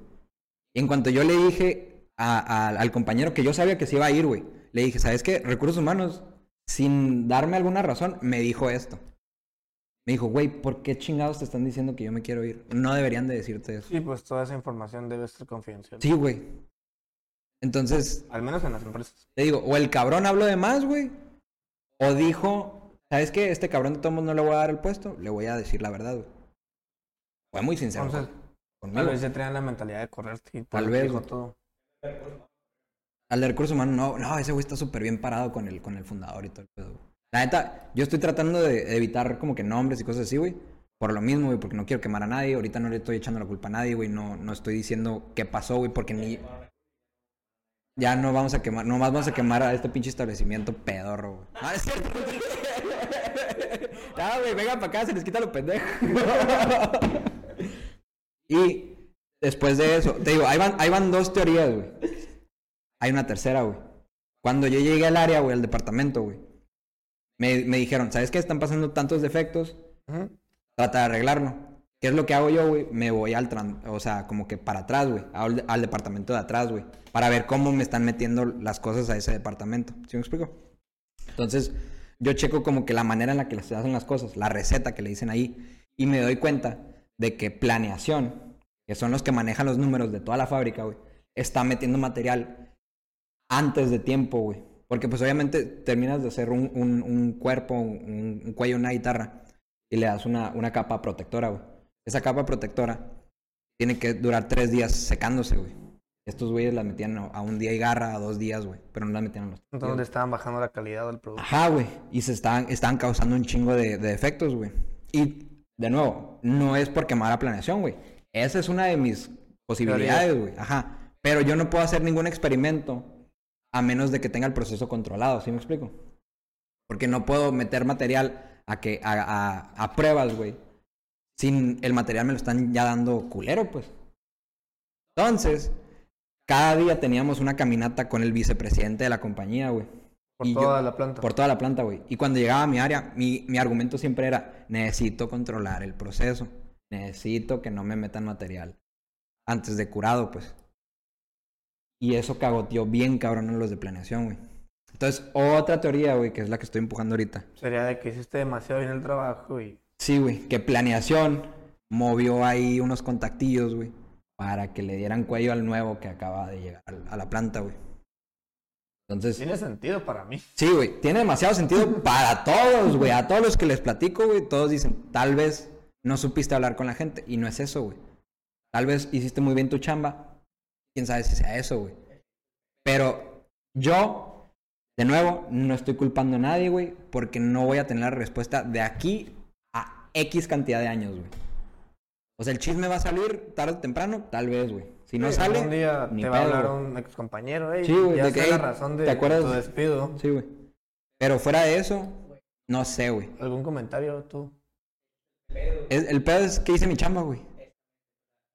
Speaker 1: Y en cuanto yo le dije a- a- al compañero que yo sabía que se iba a ir, güey, le dije, ¿sabes qué? Recursos humanos, sin darme alguna razón, me dijo esto. Me Me dijo, güey, ¿por qué chingados te están diciendo que yo me quiero ir? No deberían de decirte eso.
Speaker 2: Sí, pues toda esa información debe ser confidencial.
Speaker 1: Sí, güey. Entonces,
Speaker 2: Al menos en las empresas.
Speaker 1: te digo, o el cabrón habló de más, güey. O dijo, ¿sabes qué? Este cabrón de todos modos no le voy a dar el puesto. Le voy a decir la verdad, güey. Fue muy sincero
Speaker 2: Entonces,
Speaker 1: güey,
Speaker 2: tal
Speaker 1: conmigo.
Speaker 2: vez ya tenían la mentalidad de correrte y
Speaker 1: Tal
Speaker 2: por
Speaker 1: vez,
Speaker 2: eso
Speaker 1: güey.
Speaker 2: todo.
Speaker 1: Al de recursos humanos, no, no, ese güey está súper bien parado con el, con el fundador y todo el pedo. güey. La neta, yo estoy tratando de evitar como que nombres y cosas así, güey. Por lo mismo, güey, porque no quiero quemar a nadie. Ahorita no le estoy echando la culpa a nadie, güey. No, no estoy diciendo qué pasó, güey, porque ni. Ya no vamos a quemar, nomás vamos a quemar a este pinche establecimiento pedorro, güey. No, es cierto. Ya, güey, vengan para acá, se les quita lo pendejo. y después de eso, te digo, ahí van, ahí van dos teorías, güey. Hay una tercera, güey. Cuando yo llegué al área, güey, al departamento, güey, me, me dijeron, ¿sabes qué? Están pasando tantos defectos,
Speaker 2: Ujú.
Speaker 1: trata de arreglarlo. ¿Qué es lo que hago yo, güey? Me voy al, tran- o sea, como que para atrás, güey, al, al departamento de atrás, güey, para ver cómo me están metiendo las cosas a ese departamento. ¿Sí me explico? Entonces, yo checo como que la manera en la que se hacen las cosas, la receta que le dicen ahí, y me doy cuenta de que planeación, que son los que manejan los números de toda la fábrica, güey, está metiendo material antes de tiempo, güey. Porque pues obviamente terminas de hacer un, un- un cuerpo, un, un cuello, una guitarra, y le das una, una capa protectora, güey. Esa capa protectora tiene que durar tres días secándose, güey. Estos güeyes la metían a- a un día y garra, a dos días, güey, pero no la metían a los tres
Speaker 2: Entonces
Speaker 1: días.
Speaker 2: le estaban bajando la calidad del producto.
Speaker 1: Ajá, güey. Y se estaban, estaban causando un chingo de, de defectos, güey. Y, de nuevo, no es por quemar la planeación, güey. Esa es una de mis posibilidades, güey. Ajá. Pero yo no puedo hacer ningún experimento a menos de que tenga el proceso controlado, ¿sí me explico? Porque no puedo meter material a, que, a, a- a pruebas, güey. Sin el material me lo están ya dando culero, pues. Entonces, cada día teníamos una caminata con el vicepresidente de la compañía, güey.
Speaker 2: Por
Speaker 1: Ah, Y yo-
Speaker 2: toda la planta.
Speaker 1: Por toda la planta, güey. Y cuando llegaba a mi área, mi, mi argumento siempre era, necesito controlar el proceso. Necesito que no me metan material. Antes de curado, pues. Y eso cagoteó bien cabrón en los de planeación, güey. Entonces, otra teoría, güey, que es la que estoy empujando ahorita.
Speaker 2: Sería de que hiciste demasiado bien el trabajo y
Speaker 1: Sí, güey, que planeación movió ahí unos contactillos, güey, para que le dieran cuello al nuevo que acaba de llegar al- a la planta, güey. Entonces,
Speaker 2: tiene sentido para mí.
Speaker 1: Sí, güey, tiene demasiado sentido para todos, güey. A todos los que les platico, güey, todos dicen, tal vez no supiste hablar con la gente. Y no es eso, güey. Tal vez hiciste muy bien tu chamba. Quién sabe si sea eso, güey. Pero yo, de nuevo, no estoy culpando a nadie, güey, porque no voy a tener la respuesta de aquí a X cantidad de años, güey. O sea, el chisme va a salir tarde o temprano, tal vez, güey. Si no
Speaker 2: Sí,
Speaker 1: sale,
Speaker 2: algún día
Speaker 1: ni
Speaker 2: te va a
Speaker 1: pedo,
Speaker 2: hablar
Speaker 1: güey.
Speaker 2: un ex compañero, eh,
Speaker 1: Sí, güey,
Speaker 2: ya
Speaker 1: de que,
Speaker 2: sé la
Speaker 1: "Ey,
Speaker 2: razón
Speaker 1: ¿te
Speaker 2: de
Speaker 1: acuerdas?"
Speaker 2: tu despido.
Speaker 1: Sí, güey. Pero fuera de eso, no sé, güey.
Speaker 2: ¿Algún comentario tú?
Speaker 1: Es- el pedo es que hice mi chamba, güey.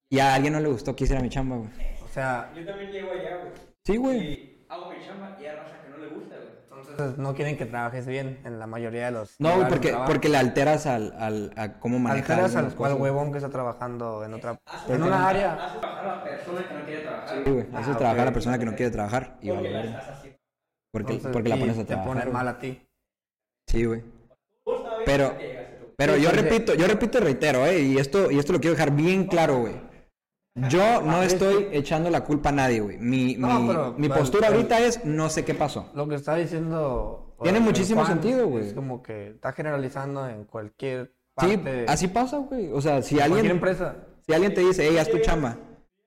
Speaker 1: Y a alguien no le gustó que hiciera mi chamba, güey.
Speaker 2: O sea,
Speaker 3: Yo también llego allá, güey.
Speaker 1: Sí, güey.
Speaker 3: Y hago mi chamba y hay raza que no le gusta, güey.
Speaker 2: entonces no quieren que trabajes bien en la mayoría de los
Speaker 1: No, güey,
Speaker 2: lugares de
Speaker 1: porque,
Speaker 2: trabajo.
Speaker 1: porque le alteras al, al, a cómo manejas
Speaker 2: alteras
Speaker 1: algunas
Speaker 2: al cual
Speaker 1: cosas.
Speaker 2: huevón que está trabajando en otra en
Speaker 1: Porque-
Speaker 2: una área.
Speaker 3: Haces bajar a la persona que no quiere trabajar.
Speaker 1: Sí, güey.
Speaker 2: Ah,
Speaker 1: Haces
Speaker 2: ok.
Speaker 1: trabajar a la persona que no quiere trabajar y va a
Speaker 3: Porque la
Speaker 1: volver.
Speaker 3: estás haciendo.
Speaker 1: Porque,
Speaker 2: entonces,
Speaker 1: porque la
Speaker 2: y
Speaker 1: pones a
Speaker 2: te
Speaker 1: trabajar.
Speaker 2: ponen
Speaker 1: güey.
Speaker 2: mal a ti.
Speaker 1: Sí, güey.
Speaker 3: Vos sabés
Speaker 1: Pero-
Speaker 3: que llegaste tú.
Speaker 1: Pero yo
Speaker 2: porque-
Speaker 1: repito, yo repito y reitero, eh, y esto, y esto lo quiero dejar bien claro, güey. Yo no estoy echando la culpa a nadie, güey. Mi,
Speaker 2: Ah, este- No,
Speaker 1: mi-
Speaker 2: pero-
Speaker 1: mi
Speaker 2: pero-
Speaker 1: postura
Speaker 2: pero-
Speaker 1: ahorita es no sé qué pasó.
Speaker 2: Lo que está diciendo
Speaker 1: Tiene
Speaker 2: o- o
Speaker 1: muchísimo
Speaker 2: Juan,
Speaker 1: sentido, güey.
Speaker 2: Es como que está generalizando en cualquier
Speaker 1: Sí,
Speaker 2: parte
Speaker 1: así pasa, güey. O sea, si
Speaker 2: en cualquier
Speaker 1: alguien,
Speaker 2: empresa.
Speaker 1: si alguien te dice, hey, haz tu chamba.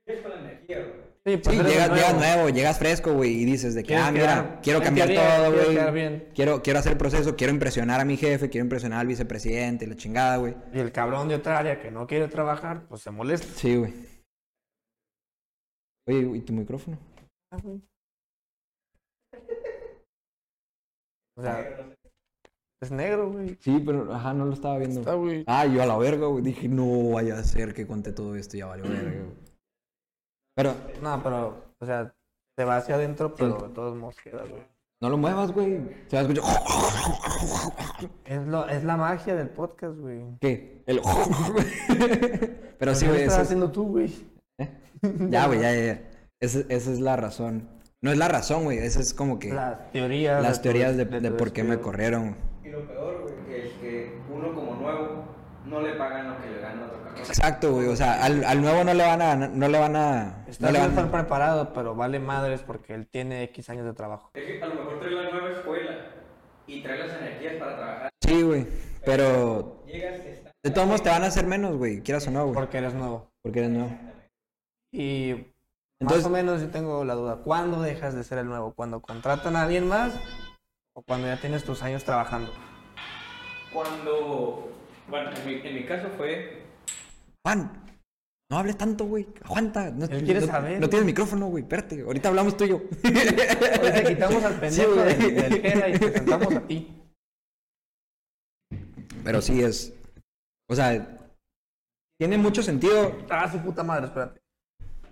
Speaker 3: Es con la energía, güey.
Speaker 2: Sí, pues
Speaker 1: Sí,
Speaker 2: eres
Speaker 1: llegas
Speaker 2: nuevo.
Speaker 1: llegas nuevo. llegas fresco, güey, y dices de que,
Speaker 2: Quieres
Speaker 1: ah, mira,
Speaker 2: quedar-
Speaker 1: quiero
Speaker 2: en
Speaker 1: cambiar
Speaker 2: teoría,
Speaker 1: todo,
Speaker 2: quieres
Speaker 1: güey.
Speaker 2: quedar bien.
Speaker 1: Quiero, quiero hacer el proceso, quiero impresionar a mi jefe, quiero impresionar al vicepresidente, y la chingada, güey.
Speaker 2: Y el cabrón de otra área que no quiere trabajar, pues se molesta.
Speaker 1: Sí, güey. Oye, ¿y tu micrófono?
Speaker 2: O sea, es negro, güey.
Speaker 1: Sí, pero, ajá, no lo estaba viendo.
Speaker 2: Está, güey.
Speaker 1: Ah, yo a la verga, güey. Dije, no vaya a ser que conté todo esto, ya valió verga, güey. Pero,
Speaker 2: No, pero, o sea, se va hacia adentro, pero de todos modos queda, güey.
Speaker 1: no lo muevas, güey. Se va a escuchar.
Speaker 2: Es, lo, es la magia del podcast, güey.
Speaker 1: ¿Qué? El. pero sí,
Speaker 2: Lo
Speaker 1: güey.
Speaker 2: estás
Speaker 1: eso es-
Speaker 2: haciendo tú, güey.
Speaker 1: Ya, güey, ya, ya. ya. Esa, esa es la razón. No es la razón, güey. Esa es como que
Speaker 2: Las teorías.
Speaker 1: las
Speaker 2: tu-
Speaker 1: teorías de, de
Speaker 2: tu
Speaker 1: por qué me
Speaker 2: despido.
Speaker 1: corrieron.
Speaker 3: Y lo peor, güey, que es que uno como nuevo no le pagan lo que le ganan a otra persona.
Speaker 1: Exacto, güey. O sea, al, al nuevo no le van a. No le van a.
Speaker 2: Está
Speaker 1: No le van
Speaker 2: súper
Speaker 1: a-
Speaker 2: preparado, pero vale madres porque él tiene X años de trabajo.
Speaker 3: Es que a lo mejor trae la nueva escuela y trae las energías para trabajar.
Speaker 1: Sí, güey. Pero.
Speaker 3: Llegas, estás
Speaker 1: De todos modos te van a hacer menos, güey. Quieras o no, güey.
Speaker 2: Porque eres nuevo.
Speaker 1: Porque eres nuevo.
Speaker 2: Y
Speaker 1: Entonces-
Speaker 2: más o menos yo tengo la duda. ¿Cuándo dejas de ser el nuevo? ¿Cuando contratan a alguien más? ¿O cuando ya tienes tus años trabajando?
Speaker 3: cuando. Bueno, en mi, en mi caso fue.
Speaker 1: Juan, no hables tanto, güey. Aguanta. No,
Speaker 2: Él quiere
Speaker 1: no-
Speaker 2: saber.
Speaker 1: no tienes micrófono, güey. Espérate. Ahorita hablamos tú y yo.
Speaker 2: Ahorita quitamos al
Speaker 1: Sí,
Speaker 2: pendejo
Speaker 1: güey.
Speaker 2: del, del Jera y te sentamos a ti.
Speaker 1: Pero sí es. O sea, tiene mucho sentido.
Speaker 2: Ah, su puta madre, espérate.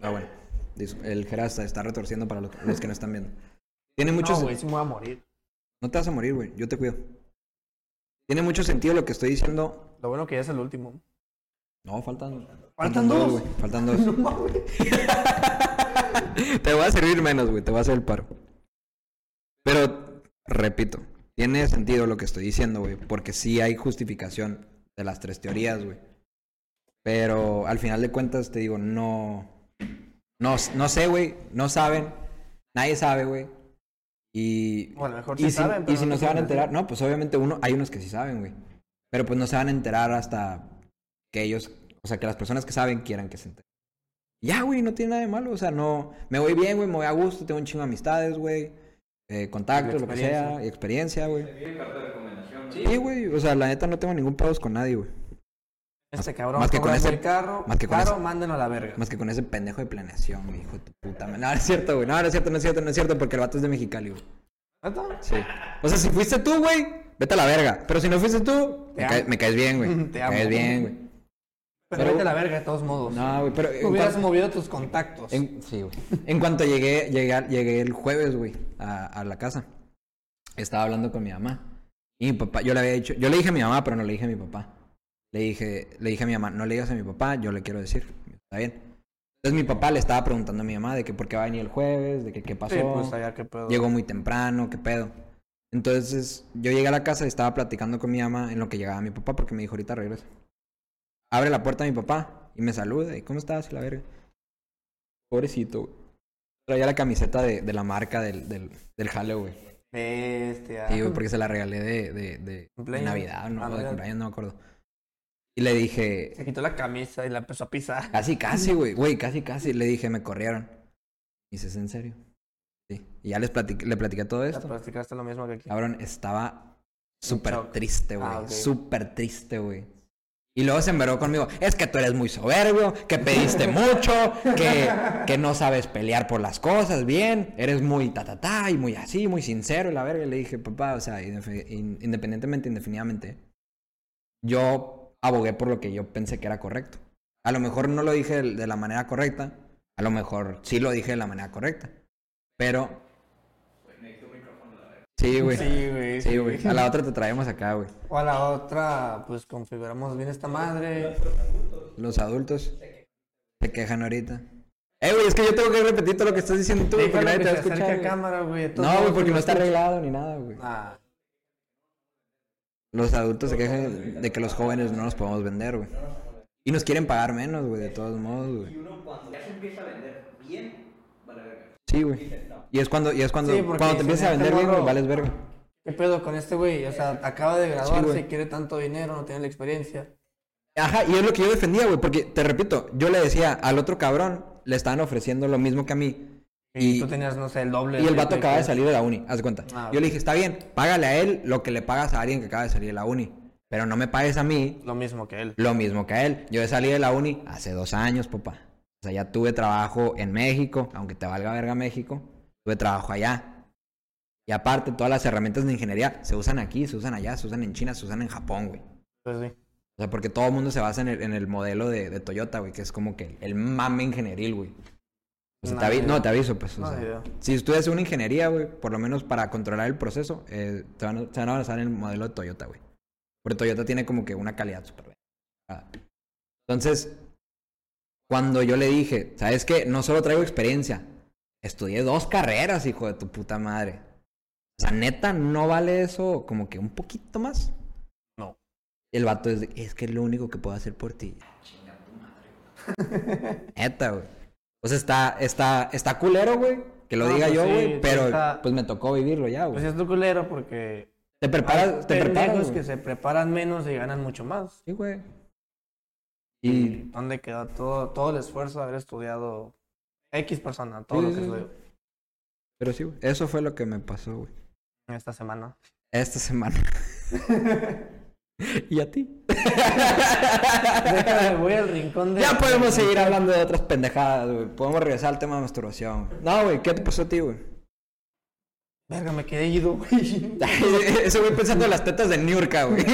Speaker 1: Ah, bueno. Dis- El Geras se está retorciendo para los, los que no están viendo. Tiene mucho
Speaker 2: no,
Speaker 1: sen-
Speaker 2: güey, sí me voy a morir.
Speaker 1: No te vas a morir, güey. Yo te cuido. Tiene mucho sentido lo que estoy diciendo.
Speaker 2: Lo bueno que ya es el último.
Speaker 1: No, faltan.
Speaker 2: ¿Faltan dos?
Speaker 1: güey. Faltan dos. te voy a servir menos, güey. Te voy a hacer el paro. Pero, repito, tiene sentido lo que estoy diciendo, güey. Porque sí hay justificación de las tres teorías, güey. Pero al final de cuentas te digo, no. No, no sé, güey. No saben. Nadie sabe, güey. Y.
Speaker 2: O a lo mejor
Speaker 1: y
Speaker 2: sí
Speaker 1: si,
Speaker 2: saben,
Speaker 1: y
Speaker 2: pero
Speaker 1: si
Speaker 2: no
Speaker 1: no,
Speaker 2: te
Speaker 1: se van a
Speaker 2: quieren decir.
Speaker 1: enterar. No, pues obviamente uno, hay unos que sí saben, güey. Pero pues no se van a enterar hasta que ellos. O sea, que las personas que saben quieran que se enteren. Ya, güey, no tiene nada de malo. O sea, no. Me voy bien, güey, me voy a gusto, tengo un chingo de amistades, güey. eh, contactos, lo que sea, y experiencia, güey.
Speaker 3: Mi carta de recomendación.
Speaker 1: Sí, güey, o sea, la neta no tengo ningún pedos con nadie, güey.
Speaker 2: Este cabrón
Speaker 1: más que con
Speaker 2: cobra
Speaker 1: ese-
Speaker 2: el carro,
Speaker 1: más que con
Speaker 2: caro,
Speaker 1: ese-
Speaker 2: mándenlo a la verga.
Speaker 1: Más que con ese pendejo de planeación, güey, hijo de tu puta madre. No, no es cierto, güey. No, no es cierto, no es cierto, no es cierto, porque el vato es de Mexicali, güey.
Speaker 2: ¿Neta?
Speaker 1: Sí. O sea, si fuiste tú, güey, vete a la verga. Pero si no fuiste tú,
Speaker 2: Te
Speaker 1: me, caes-
Speaker 2: amo.
Speaker 1: me caes bien, güey.
Speaker 2: Te
Speaker 1: Me
Speaker 2: amo.
Speaker 1: caes bien, güey.
Speaker 2: Pero,
Speaker 1: Pero-
Speaker 2: vete a la verga de todos modos.
Speaker 1: No, güey, pero.
Speaker 2: Tú
Speaker 1: En,
Speaker 2: hubieras
Speaker 1: cuan-
Speaker 2: movido tus contactos.
Speaker 1: en- sí, güey. En cuanto llegué, llegué, al- llegué el jueves, güey, a, a la casa. Estaba hablando con mi mamá. Y mi papá, yo le había dicho, yo le dije a mi mamá, pero no le dije a mi papá. Le dije, le dije a mi mamá, no le digas a mi papá, yo le quiero decir. Está bien. Entonces mi papá le estaba preguntando a mi mamá de que por qué va a venir el jueves, de que qué pasó.
Speaker 2: Sí, pues allá qué pedo.
Speaker 1: Llegó muy temprano, qué pedo. Entonces, yo llegué a la casa y estaba platicando con mi mamá en lo que llegaba mi papá porque me dijo, ahorita regreso. Abre la puerta mi papá y me saluda. ¿Y cómo estás? Y la verga. Pobrecito, güey. Traía la camiseta de, de la marca del, del, del jale, güey.
Speaker 2: Bestia.
Speaker 1: Sí, güey, porque se la regalé de, de, de
Speaker 2: Cumpleaños.
Speaker 1: Navidad, no,
Speaker 2: Ah,
Speaker 1: de
Speaker 2: Navidad.
Speaker 1: cumpleaños, no me acuerdo. Y le dije,
Speaker 2: Se quitó la camisa y la empezó a pisar.
Speaker 1: Casi, casi, güey. Güey, casi, casi. Le dije, me corrieron. Y dices, ¿en serio? Sí. Y ya les platiqué, le platiqué todo
Speaker 2: Ya
Speaker 1: esto.
Speaker 2: practicaste lo mismo que aquí.
Speaker 1: Cabrón, estaba
Speaker 2: shock.
Speaker 1: súper triste, güey.
Speaker 2: Ah, ok.
Speaker 1: Súper triste, güey. Y luego se emberó conmigo, es que tú eres muy soberbio, que pediste mucho, que, que no sabes pelear por las cosas bien, eres muy ta ta ta y muy así, muy sincero y la verga. Y le dije, papá, o sea, indefe- in- independientemente, indefinidamente, yo abogué por lo que yo pensé que era correcto. A lo mejor no lo dije de de la manera correcta, a lo mejor sí lo dije de la manera correcta, pero... Sí, güey.
Speaker 2: Sí, güey.
Speaker 1: Sí, güey. A la otra te traemos acá, güey.
Speaker 2: O a la otra, pues configuramos bien esta madre.
Speaker 1: Los adultos se quejan ahorita. Eh, güey, es que yo tengo que repetir todo lo que estás diciendo tú, güey, porque
Speaker 2: Déjalo
Speaker 1: nadie
Speaker 2: que
Speaker 1: te va a
Speaker 2: se
Speaker 1: escuchar.
Speaker 2: acerque a
Speaker 1: güey.
Speaker 2: cámara, güey. Todos
Speaker 1: No, güey,
Speaker 2: modos,
Speaker 1: porque no está
Speaker 2: escucha.
Speaker 1: arreglado ni nada, güey.
Speaker 2: Ah,
Speaker 1: Los adultos se quejan de que los jóvenes no nos podemos vender, güey. Y nos quieren pagar menos, güey, de todos modos,
Speaker 3: Y
Speaker 1: güey.
Speaker 3: uno cuando ya se empieza a vender bien, vale verga.
Speaker 1: Sí, güey. Y es cuando, y es cuando,
Speaker 2: Sí, porque
Speaker 1: cuando te
Speaker 2: si
Speaker 1: empiezas a
Speaker 2: no te
Speaker 1: vender bien, güey,
Speaker 2: morro-
Speaker 1: vales verga.
Speaker 2: ¿Qué pedo con este güey? O sea, acaba de graduarse,
Speaker 1: güey.
Speaker 2: quiere tanto dinero, no tiene la experiencia.
Speaker 1: Ajá, y es lo que yo defendía, güey, porque te repito, yo le decía al otro cabrón, le estaban ofreciendo lo mismo que a mí.
Speaker 2: Y,
Speaker 1: Y-
Speaker 2: tú tenías, no sé, el doble.
Speaker 1: Y el
Speaker 2: de-
Speaker 1: vato acaba de salir de la uni, haz de cuenta.
Speaker 2: Ah,
Speaker 1: Yo le dije, está bien, págale a él lo que le pagas a alguien que acaba de salir de la uni. Pero no me pagues a mí
Speaker 2: Lo mismo que él.
Speaker 1: lo mismo que a él. Yo he salido de la uni hace dos años, papá. O sea, ya tuve trabajo en México, aunque te valga verga México, tuve trabajo allá. Y aparte, todas las herramientas de ingeniería se usan aquí, se usan allá, se usan en China, se usan en Japón, güey.
Speaker 2: Pues sí.
Speaker 1: O sea, porque todo el mundo se basa en el, en el modelo de, de Toyota, güey, que es como que el mame ingenieril, güey. O sea,
Speaker 2: No,
Speaker 1: te avi-
Speaker 2: ni
Speaker 1: no,
Speaker 2: idea.
Speaker 1: te aviso, pues. o
Speaker 2: No,
Speaker 1: sea,
Speaker 2: ni idea.
Speaker 1: si estudias una ingeniería, güey, por lo menos para controlar el proceso, eh, te van a- se van a basar en el modelo de Toyota, güey. Porque Toyota tiene como que una calidad súper buena. Entonces, cuando yo le dije, ¿sabes qué? No solo traigo experiencia, estudié dos carreras, hijo de tu puta madre. O sea, neta, ¿no vale eso como que un poquito más?
Speaker 2: No.
Speaker 1: Y el vato es, de, es que es lo único que puedo hacer por ti.
Speaker 3: Chinga tu madre.
Speaker 1: Neta, güey. Pues está, está, está culero, güey. Que lo
Speaker 2: Ah,
Speaker 1: diga
Speaker 2: pues
Speaker 1: yo,
Speaker 2: sí,
Speaker 1: güey.
Speaker 2: sí
Speaker 1: pero
Speaker 2: está-
Speaker 1: pues me tocó vivirlo ya, güey.
Speaker 2: Pues es tu culero porque
Speaker 1: te
Speaker 2: hay
Speaker 1: preparas, te preparas.
Speaker 2: pendejos
Speaker 1: güey.
Speaker 2: que se preparan menos y ganan mucho más.
Speaker 1: Sí, güey.
Speaker 2: ¿Y
Speaker 1: Y
Speaker 2: dónde quedó todo, todo el esfuerzo de haber estudiado X persona, todo
Speaker 1: Sí,
Speaker 2: lo que
Speaker 1: sí, sí.
Speaker 2: estudió
Speaker 1: pero sí, güey. Eso fue lo que me pasó, güey.
Speaker 2: esta semana?
Speaker 1: Esta semana. ¿Y a ti?
Speaker 2: Déjame, voy al rincón de...
Speaker 1: Ya podemos seguir hablando de otras pendejadas, güey. Podemos regresar al tema de masturbación. güey. No, güey, ¿qué te pasó a ti, güey?
Speaker 2: Verga, me quedé ido, güey.
Speaker 1: Ese güey pensando en las tetas de Niurka, güey.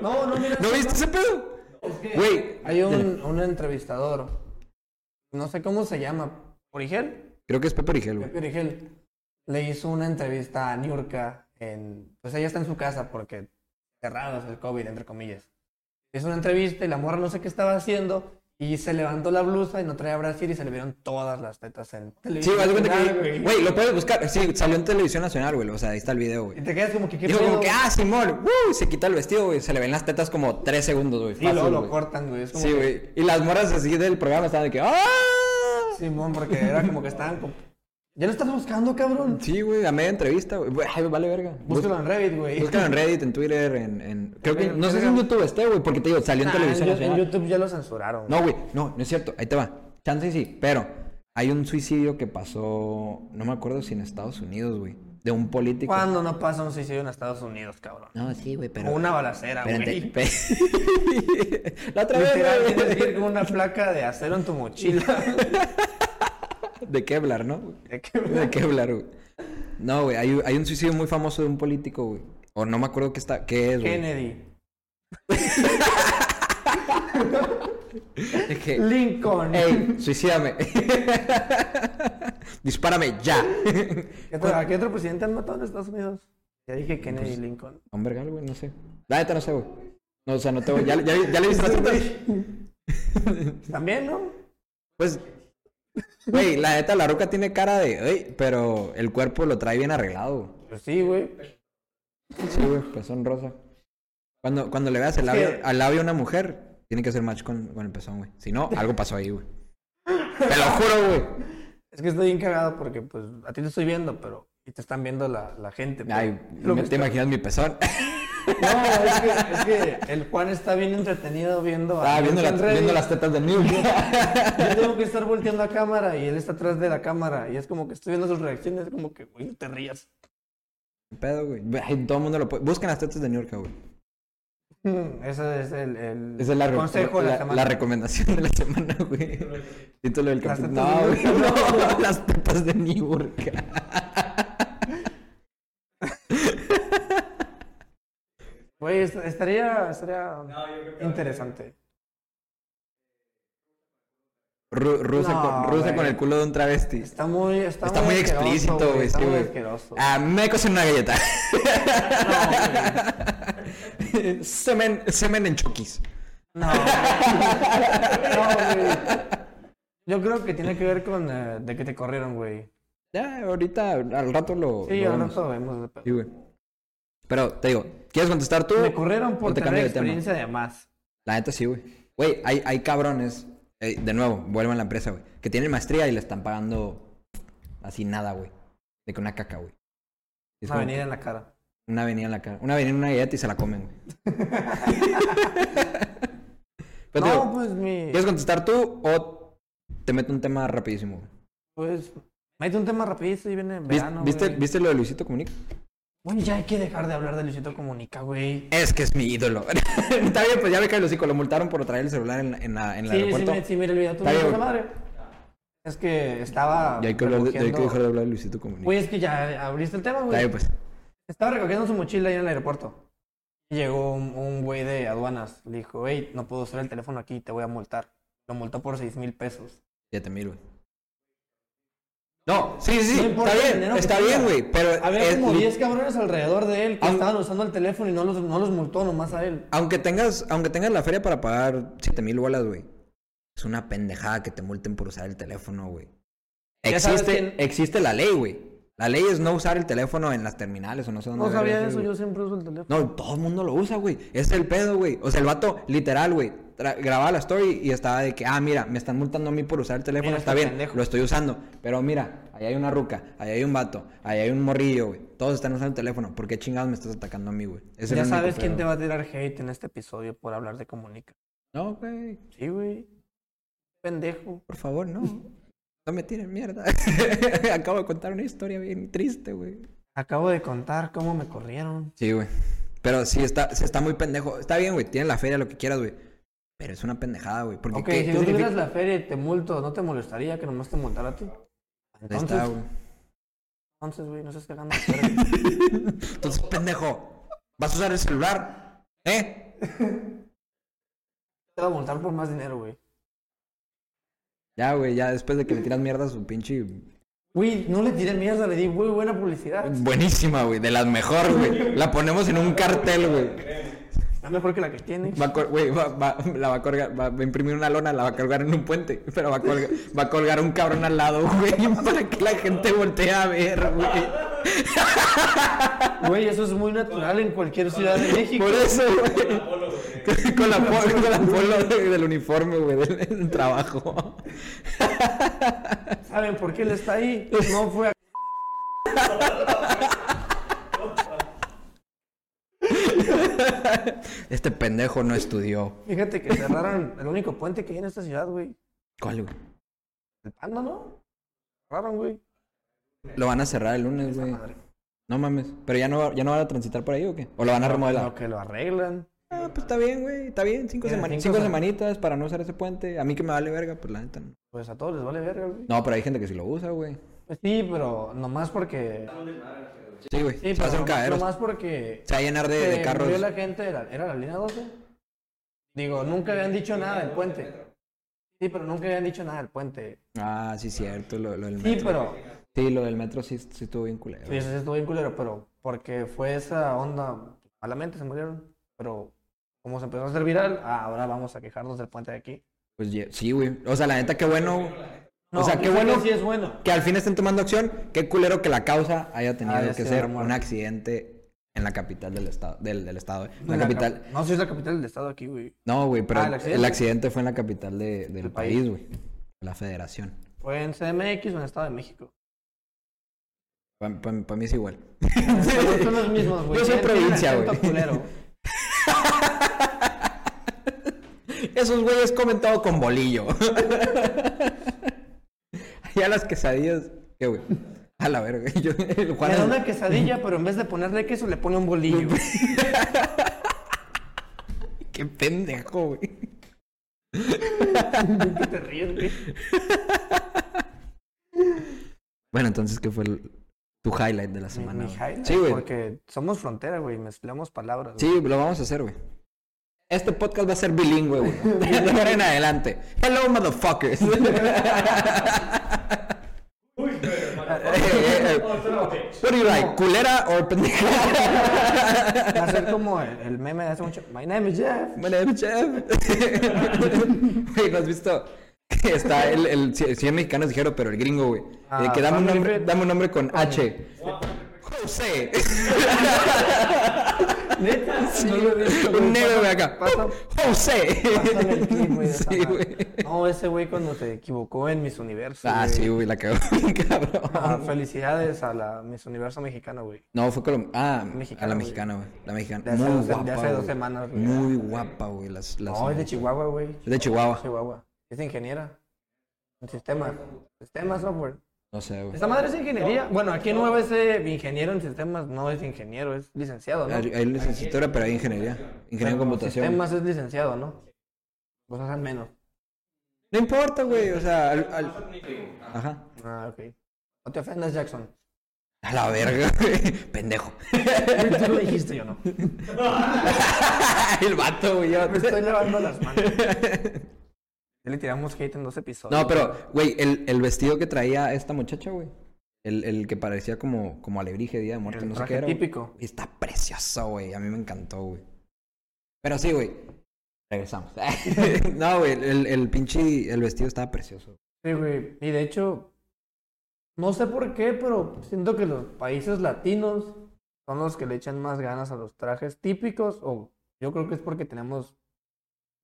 Speaker 2: No, no, mira.
Speaker 1: ¿No viste ese pedo? Güey,
Speaker 2: Hay un, un entrevistador, no sé cómo se llama, Origel,
Speaker 1: creo que es Pepe Origel, güey.
Speaker 2: Pepe Origel, le hizo una entrevista a Niurka en, pues ella está en su casa porque cerrados el COVID, entre comillas. Hizo una entrevista y la morra no sé qué estaba haciendo y se levantó la blusa y no traía brasier y se le vieron todas las tetas en
Speaker 1: Sí, güey, haz de cuenta
Speaker 2: nacional,
Speaker 1: que. Güey, lo puedes buscar. Sí, salió en televisión nacional, güey. O sea, ahí está el video, güey.
Speaker 2: Y te quedas como que, ¿qué
Speaker 1: Dijo
Speaker 2: pedo?
Speaker 1: como que, ah, Simón, ¡Woo! se quita el vestido, güey. Se le ven las tetas como tres segundos, güey.
Speaker 2: y luego
Speaker 1: Fácil,
Speaker 2: lo
Speaker 1: güey.
Speaker 2: cortan, güey. Es como
Speaker 1: Sí,
Speaker 2: que-
Speaker 1: güey. Y las moras así del programa estaban de que, ¡ah!
Speaker 2: Simón, porque era como que estaban como... Ya lo estás buscando, cabrón.
Speaker 1: Sí, güey, a media entrevista, güey. Güey, ay, vale verga.
Speaker 2: Búscalo en Reddit, güey.
Speaker 1: Búscalo en Reddit, en Twitter, en. en- Creo que.
Speaker 2: Pero,
Speaker 1: No sé si en
Speaker 2: verga.
Speaker 1: YouTube esté, güey, porque te digo, salió en
Speaker 2: Nah,
Speaker 1: televisión
Speaker 2: Ah, en,
Speaker 1: nacional.
Speaker 2: en YouTube ya lo censuraron.
Speaker 1: No, güey, no, no es cierto. Ahí te va. Chance y sí, pero hay un suicidio que pasó, no me acuerdo si en Estados Unidos, güey, de un político.
Speaker 2: ¿Cuándo no pasa un suicidio en Estados Unidos, cabrón?
Speaker 1: No, sí, güey, pero.
Speaker 2: Como una balacera,
Speaker 1: pero ente-
Speaker 2: güey.
Speaker 1: pe- La otra vez,
Speaker 2: Literal,
Speaker 1: güey.
Speaker 2: tienes que ir con una placa de acero en tu mochila.
Speaker 1: De qué hablar, ¿no?
Speaker 2: ¿De qué
Speaker 1: De qué hablar, güey. No, güey, hay, hay un suicidio muy famoso de un político, güey. O no me acuerdo qué está, qué es, güey.
Speaker 2: Kennedy.
Speaker 1: De que,
Speaker 2: Lincoln.
Speaker 1: Eh, Ey, suicídame. Dispárame ya.
Speaker 2: ¿Qué otro- ¿A qué otro presidente han matado en Estados Unidos? Ya dije Kennedy
Speaker 1: Pues,
Speaker 2: y Lincoln.
Speaker 1: Un vergal, güey, no sé. La neta no sé, güey. No, o sea, no te voy. ¿Ya, ya, ya le viste las tetas?
Speaker 2: También, ¿no?
Speaker 1: Pues, güey, la neta, la roca tiene cara de, "Ey", pero el cuerpo lo trae bien arreglado. güey.
Speaker 2: Pues sí, güey.
Speaker 1: Sí, güey, pezón rosa. Cuando, cuando le veas el labio,
Speaker 2: que-
Speaker 1: al labio a una mujer, tiene que hacer match con, con el pezón, güey. Si no, algo pasó ahí, güey. Te lo juro, güey.
Speaker 2: Es que estoy bien cagado porque, pues, a ti te estoy viendo, pero... Y te están viendo la, la gente. pero-
Speaker 1: Ay,
Speaker 2: lo que
Speaker 1: ¿te imaginas mi pezón?
Speaker 2: No, es que, es que el Juan está bien entretenido viendo a
Speaker 1: Ah, viendo, la-
Speaker 2: Lincoln Reddit.
Speaker 1: viendo las tetas de New.
Speaker 2: Yo tengo que estar volteando a cámara y él está atrás de la cámara. Y es como que estoy viendo sus reacciones, como que, güey, no te rías.
Speaker 1: pedo, güey. Ay, Todo el mundo lo puede. Busquen las tetas de New York, güey.
Speaker 2: Mm, Ese es el, el
Speaker 1: Esa es la, re-
Speaker 2: consejo de la,
Speaker 1: la-
Speaker 2: semana.
Speaker 1: la recomendación de la semana, güey. Título del
Speaker 2: Las
Speaker 1: capítulo.
Speaker 2: tetas
Speaker 1: No,
Speaker 2: de
Speaker 1: güey,
Speaker 2: New York.
Speaker 1: no, las tetas de New York.
Speaker 2: Güey, est- estaría, estaría
Speaker 3: No, yo creo que.
Speaker 2: interesante.
Speaker 1: Ru- rusa
Speaker 2: No,
Speaker 1: con, rusa
Speaker 2: güey.
Speaker 1: con el culo de un travesti.
Speaker 2: Está muy, está,
Speaker 1: Está muy
Speaker 2: asqueroso,
Speaker 1: explícito, güey,
Speaker 2: Está
Speaker 1: sí,
Speaker 2: muy
Speaker 1: güey.
Speaker 2: asqueroso.
Speaker 1: Ah, me cocé una galleta. semen, semen en choquis.
Speaker 2: No, güey. No, güey. Yo creo que tiene que ver con eh, de que te corrieron, güey.
Speaker 1: Ya, ahorita, al rato lo.
Speaker 2: Sí,
Speaker 1: lo
Speaker 2: ahora
Speaker 1: vemos.
Speaker 2: sabemos.
Speaker 1: Sí, güey. Pero te digo, ¿quieres contestar tú?
Speaker 2: Me corrieron por
Speaker 1: o te
Speaker 2: tener
Speaker 1: cambio de tema?
Speaker 2: experiencia de más.
Speaker 1: La neta sí, güey. Güey, hay, hay cabrones, eh, de nuevo, vuelvo a la empresa, güey, que tienen maestría y le están pagando así nada, güey. De que una caca, güey. Y es
Speaker 2: Una
Speaker 1: como
Speaker 2: venida en la cara.
Speaker 1: que una avenida en la cara. Una avenida en una galleta y se la comen, güey. Pero te
Speaker 2: No,
Speaker 1: digo,
Speaker 2: pues mi.
Speaker 1: ¿quieres contestar tú o te meto un tema rapidísimo? güey?
Speaker 2: Pues, mete un tema rapidito y viene en
Speaker 1: ¿Vis-
Speaker 2: verano.
Speaker 1: ¿Viste,
Speaker 2: güey.
Speaker 1: ¿Viste lo de Luisito Comunica?
Speaker 2: Güey, ya hay que dejar de hablar de Luisito Comunica, güey.
Speaker 1: Es que es mi ídolo. Está bien, pues ya me cae el hocico. Lo multaron por traer el celular en, la- en la, en el
Speaker 2: Sí, sí,
Speaker 1: aeropuerto.
Speaker 2: me- sí, mira el video. ¿Tú
Speaker 1: Está
Speaker 2: viste
Speaker 1: bien,
Speaker 2: esa
Speaker 1: güey.
Speaker 2: madre? Es que estaba.
Speaker 1: Y hay que, hablar de- y hay que
Speaker 2: recogiendo-
Speaker 1: dejar de hablar de Luisito Comunica.
Speaker 2: Güey, es que ya abriste el tema,
Speaker 1: Está
Speaker 2: güey.
Speaker 1: bien, pues.
Speaker 2: Estaba recogiendo su mochila ahí en el aeropuerto. Y Llegó un, un güey de aduanas. Le dijo, hey, no puedo usar el teléfono aquí, te voy a multar. Lo multó por seis mil pesos.
Speaker 1: 7 mil, güey. No, sí, sí,
Speaker 2: No importa
Speaker 1: está
Speaker 2: el
Speaker 1: bien,
Speaker 2: dinero que
Speaker 1: está
Speaker 2: tenga.
Speaker 1: bien, güey, pero
Speaker 2: Había
Speaker 1: es-
Speaker 2: como 10 cabrones alrededor de él que
Speaker 1: Aun-
Speaker 2: estaban usando el teléfono y no los, no los multó nomás a él.
Speaker 1: aunque tengas, aunque tengas la feria para pagar 7 mil bolas, güey, es una pendejada que te multen por usar el teléfono, güey.
Speaker 2: Ya sabes
Speaker 1: Existe,
Speaker 2: quién-
Speaker 1: existe la ley, güey. La ley es no usar el teléfono en las terminales o no sé dónde.
Speaker 2: No
Speaker 1: verga
Speaker 2: sabía
Speaker 1: es,
Speaker 2: eso,
Speaker 1: güey.
Speaker 2: yo siempre uso el teléfono.
Speaker 1: No, todo el mundo lo usa, güey. Es el pedo, güey. O sea, el vato, literal, güey, tra- grababa la story y estaba de que, ah, mira, me están multando a mí por usar el teléfono.
Speaker 2: Mira,
Speaker 1: Está
Speaker 2: este
Speaker 1: bien,
Speaker 2: pendejo.
Speaker 1: lo estoy usando. Pero mira, ahí hay una ruca, ahí hay un vato, ahí hay un morrillo, güey. Todos están usando el teléfono. ¿Por qué chingados me estás atacando a mí, güey? Es el
Speaker 2: ya
Speaker 1: único
Speaker 2: sabes quién
Speaker 1: pedo.
Speaker 2: te va a tirar hate en este episodio por hablar de comunica.
Speaker 1: No, güey.
Speaker 2: Sí, güey. Pendejo.
Speaker 1: Por favor, no. No me tiren mierda. Acabo de contar una historia bien triste, güey.
Speaker 2: Acabo de contar cómo me corrieron.
Speaker 1: Sí, güey. Pero sí, está, sí está muy pendejo. Está bien, güey. Tienen la feria, lo que quieras, güey. Pero es una pendejada, güey. Porque
Speaker 2: Ok,
Speaker 1: ¿qué-
Speaker 2: si
Speaker 1: qué
Speaker 2: tú
Speaker 1: significa?
Speaker 2: tuvieras la feria y te multo, ¿no te molestaría que nomás te multara a ti?
Speaker 1: Ahí
Speaker 2: Entonces,
Speaker 1: está, güey.
Speaker 2: entonces, güey, no seas cagando. la verga.
Speaker 1: Entonces, pendejo. ¿Vas a usar el celular? ¿Eh?
Speaker 2: Te va a multar por más dinero, güey.
Speaker 1: Ya, güey, ya después de que le tiras mierda a su pinche.
Speaker 2: Güey, no le tiré mierda, le di muy buena publicidad.
Speaker 1: Buenísima, güey. De las mejor, güey. La ponemos en un cartel, güey.
Speaker 2: Está mejor que la que tiene.
Speaker 1: Va a col- güey, va, va- la va a colgar, va a imprimir una lona, la va a colgar en un puente, pero va a colgar, va a colgar un cabrón al lado, güey, para que la gente voltee a ver, güey.
Speaker 2: Güey, eso es muy natural en cualquier ciudad de México.
Speaker 1: Por eso, güey. Con la polo, con la polo de- del uniforme, güey, del, del trabajo.
Speaker 2: ¿Saben por qué él está ahí? No fue a...
Speaker 1: Este pendejo no estudió.
Speaker 2: Fíjate que cerraron el único puente que hay en esta ciudad, güey.
Speaker 1: ¿Cuál, güey?
Speaker 2: El panda, ¿no? Cerraron, güey.
Speaker 1: Lo van a cerrar el lunes, güey.
Speaker 2: Madre.
Speaker 1: No mames. ¿Pero ya no, va- ya no van a transitar por ahí o qué? ¿O lo van a remodelar?
Speaker 2: Lo que lo arreglan.
Speaker 1: Ah, pues está bien, güey. Está bien. Cinco,
Speaker 2: Mira,
Speaker 1: semani-
Speaker 2: cinco
Speaker 1: cinco
Speaker 2: sema-
Speaker 1: semanitas para no usar ese puente. A mí que me vale verga, pues la neta no.
Speaker 2: Pues a todos les vale verga, güey.
Speaker 1: No, pero hay gente que sí lo usa, güey.
Speaker 2: Pues sí, pero nomás porque...
Speaker 1: Sí, güey.
Speaker 2: Sí,
Speaker 1: se va a hacer
Speaker 2: pero
Speaker 1: un cadero.
Speaker 2: nomás porque...
Speaker 1: Se va a llenar de, de
Speaker 2: se
Speaker 1: carros.
Speaker 2: murió la gente, de la- era la línea 12. Digo, nunca habían dicho nada del puente. Sí, pero nunca habían dicho nada del puente.
Speaker 1: Ah, sí, cierto. Lo, lo del
Speaker 2: Sí,
Speaker 1: metro.
Speaker 2: pero...
Speaker 1: Sí, lo del metro sí, sí estuvo bien culero.
Speaker 2: Sí, eso sí estuvo bien culero, pero porque fue esa onda, malamente se murieron, pero como se empezó a hacer viral, ah, ahora vamos a quejarnos del puente de aquí.
Speaker 1: Pues ye- sí, güey. O sea, la neta, qué bueno.
Speaker 2: No,
Speaker 1: o sea,
Speaker 2: yo
Speaker 1: qué
Speaker 2: sé que
Speaker 1: bueno
Speaker 2: Sí es bueno.
Speaker 1: que al fin estén tomando acción. Qué culero que la causa haya tenido
Speaker 2: Haya
Speaker 1: que
Speaker 2: sido
Speaker 1: ser
Speaker 2: la muerte.
Speaker 1: un accidente en la capital del estado. Del, del estado, eh.
Speaker 2: En
Speaker 1: La
Speaker 2: cap-
Speaker 1: capital.
Speaker 2: No, sí es la capital del estado aquí, güey.
Speaker 1: No, güey, pero
Speaker 2: Ah, ¿el
Speaker 1: el,
Speaker 2: accidente?
Speaker 1: el accidente fue en la capital de- del
Speaker 2: Del país.
Speaker 1: país, güey. La federación.
Speaker 2: Fue en CDMX o en Estado de México.
Speaker 1: Para mí es igual.
Speaker 2: Pero son los mismos, güey.
Speaker 1: Yo soy
Speaker 2: Tienen- tienen
Speaker 1: provincia,
Speaker 2: acento
Speaker 1: güey.
Speaker 2: culero.
Speaker 1: Esos güeyes comen todo con bolillo. Allá las quesadillas. ¿Qué, güey? A la verga. Yo, el Juan
Speaker 2: Le da
Speaker 1: es-
Speaker 2: una quesadilla, pero en vez de ponerle queso, le pone un bolillo.
Speaker 1: Qué pendejo, güey.
Speaker 2: ¿Qué te ríes, güey?
Speaker 1: Bueno, entonces, ¿qué fue el- tu highlight de la
Speaker 2: Mi,
Speaker 1: semana?
Speaker 2: mi
Speaker 1: güey?
Speaker 2: highlight,
Speaker 1: sí, güey.
Speaker 2: porque somos frontera, güey, mezclamos palabras. güey.
Speaker 1: Sí, lo vamos a hacer, güey. Este podcast va a ser bilingüe, güey. De ahora en adelante. Hello, motherfuckers.
Speaker 3: Uy, pero,
Speaker 1: eh, eh.
Speaker 3: motherfucker.
Speaker 1: What do you like, culera o pendeja?
Speaker 2: Va a ser como el, el meme de hace mucho. My name is Jeff.
Speaker 1: My name is Jeff. Güey, ¿no has visto? Que está el, el 100 mexicanos dijeron, pero el gringo, güey.
Speaker 2: Ah,
Speaker 1: Eh, que dame un,
Speaker 2: Family
Speaker 1: nombre,
Speaker 2: Fit.
Speaker 1: dame un nombre con H. José.
Speaker 2: Neta,
Speaker 1: Sí,
Speaker 2: no lo he visto, güey.
Speaker 1: un negro, güey,
Speaker 2: Pasa-
Speaker 1: acá.
Speaker 2: pasa-
Speaker 1: José.
Speaker 2: pásame el clip, güey, de esa
Speaker 1: Sí,
Speaker 2: madre.
Speaker 1: güey.
Speaker 2: No, ese güey cuando se equivocó en Miss Universo.
Speaker 1: Ah,
Speaker 2: güey.
Speaker 1: sí, güey, la cagó. cabrón.
Speaker 2: Ah, felicidades a la Miss Universo mexicana, güey.
Speaker 1: No, fue Colombia. Ah,
Speaker 2: Mexicana,
Speaker 1: a la
Speaker 2: güey.
Speaker 1: mexicana, güey. La
Speaker 2: De
Speaker 1: mexicana.
Speaker 2: hace
Speaker 1: Muy
Speaker 2: dos- de
Speaker 1: guapa.
Speaker 2: hace dos
Speaker 1: güey.
Speaker 2: semanas, güey.
Speaker 1: Muy guapa, güey. Las, las
Speaker 2: No, es de Chihuahua, güey.
Speaker 1: Es de Chihuahua.
Speaker 2: Chihuahua. Es ingeniera. En sistemas. Sistemas, software.
Speaker 1: No sé, güey.
Speaker 2: Esta madre es ingeniería. Bueno, aquí en UAB es ingeniero en sistemas. No es Ah, ingeniero, es licenciado, ¿no?
Speaker 1: Hay hay licenciatura, pero hay ingeniería. Ingeniería en
Speaker 2: Pero
Speaker 1: computación.
Speaker 2: Sistemas es licenciado, ¿no? Pues al menos.
Speaker 1: No importa, güey. O sea, al, al- Ajá.
Speaker 2: Ah, ok. No te ofendas, Jackson.
Speaker 1: A la verga, güey. Pendejo.
Speaker 2: Tú lo dijiste, yo no.
Speaker 1: El vato, güey. yo-
Speaker 2: Me estoy lavando las manos. Ya le tiramos hate en dos episodios.
Speaker 1: No, pero, güey, el, el vestido que traía esta muchacha, güey. El, el que parecía como, como alebrije, día de muerte,
Speaker 2: El
Speaker 1: no sé
Speaker 2: traje
Speaker 1: qué era. güey.
Speaker 2: típico.
Speaker 1: Está precioso, güey. A mí me encantó, güey. Pero sí, güey. Regresamos. no, güey. El, el pinche. El vestido estaba precioso.
Speaker 2: Sí, güey. Y de hecho, No sé por qué, pero siento que los países latinos son los que le echan más ganas a los trajes típicos, o yo creo que es porque tenemos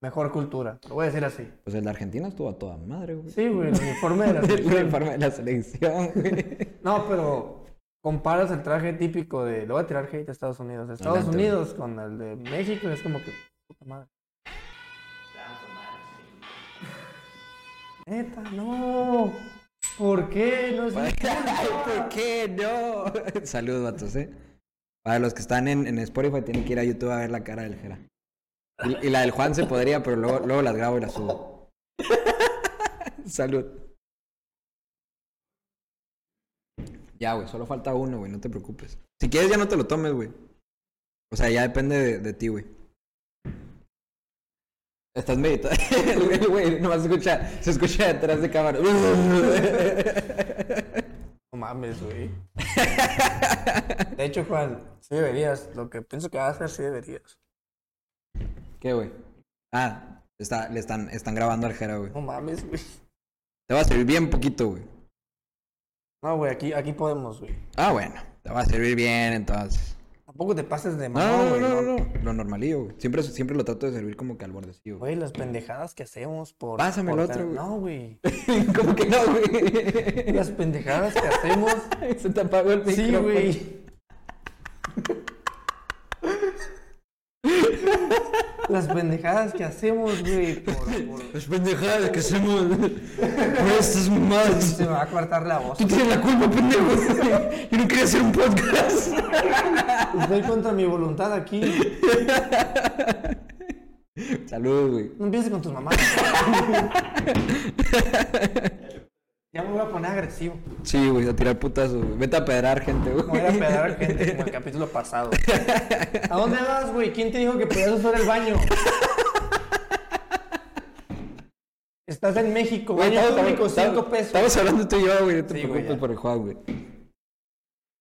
Speaker 2: mejor cultura, lo voy a decir así.
Speaker 1: Pues el de Argentina estuvo a toda madre, güey.
Speaker 2: Sí, güey, el uniforme de la
Speaker 1: El
Speaker 2: selección.
Speaker 1: uniforme de la selección, güey.
Speaker 2: No, pero comparas el traje típico de. Lo voy a tirar hate a Estados Unidos. de Estados
Speaker 1: Adelante, güey.
Speaker 2: Unidos con el de México es como que. Puta madre.
Speaker 3: Tanto más.
Speaker 2: Neta, no. ¿Por qué? No es. mi
Speaker 1: Ay, ¿por qué no? Saludos, vatos, eh. Para los que están en, en Spotify, tienen que ir a YouTube a ver la cara del Jera. Y, y la del Juan se podría, pero luego, luego las grabo y las subo. Salud. Ya, güey, solo falta uno, güey, no te preocupes. Si quieres, ya no te lo tomes, güey. O sea, ya depende de, de ti, güey. Estás meditando. El güey, nomás escucha, se escucha detrás de cámara.
Speaker 2: No mames, güey. De hecho, Juan, sí deberías. Lo que pienso que vas a hacer, sí deberías.
Speaker 1: ¿Qué, güey? Ah, está, le están, están grabando al Jera, güey.
Speaker 2: No mames, güey.
Speaker 1: Te va a servir bien poquito, güey.
Speaker 2: No, güey, aquí, aquí podemos, güey.
Speaker 1: Ah, bueno. Te va a servir bien, entonces.
Speaker 2: Tampoco te pases de
Speaker 1: No,
Speaker 2: mano,
Speaker 1: no,
Speaker 2: güey.
Speaker 1: no, no, no. Lo normalillo, güey. Siempre, siempre lo trato de servir como que al bordecillo. güey.
Speaker 2: Güey, las pendejadas que hacemos por.
Speaker 1: Pásame el
Speaker 2: por
Speaker 1: otro, güey.
Speaker 2: tener- No, güey.
Speaker 1: como que no, güey.
Speaker 2: Las pendejadas que hacemos.
Speaker 1: Se te apagó el
Speaker 2: Sí,
Speaker 1: micrófono.
Speaker 2: güey. Las pendejadas que hacemos, güey. Por, por-
Speaker 1: Las pendejadas que hacemos. Güey, estas mamadas.
Speaker 2: Se me va a cortar la voz.
Speaker 1: Tú tienes la culpa, pendejo. Yo no quería hacer un podcast.
Speaker 2: Estoy contra mi voluntad aquí.
Speaker 1: Saludos, güey.
Speaker 2: No empieces con tus mamás. Ya me voy a poner agresivo.
Speaker 1: Sí, güey, a tirar putazos, güey. Vete a pedrar gente, güey.
Speaker 2: Me voy a pedar gente como el capítulo pasado. ¿A dónde vas, güey? ¿Quién te dijo que podías usar el baño? Estás en México,
Speaker 1: Güey,
Speaker 2: baño
Speaker 1: estamos-
Speaker 2: público,
Speaker 1: estamos-
Speaker 2: 5 pesos.
Speaker 1: Estamos hablando tú y yo, güey. No te
Speaker 2: Sí, güey,
Speaker 1: preocupes
Speaker 2: ya.
Speaker 1: por el Juan, güey.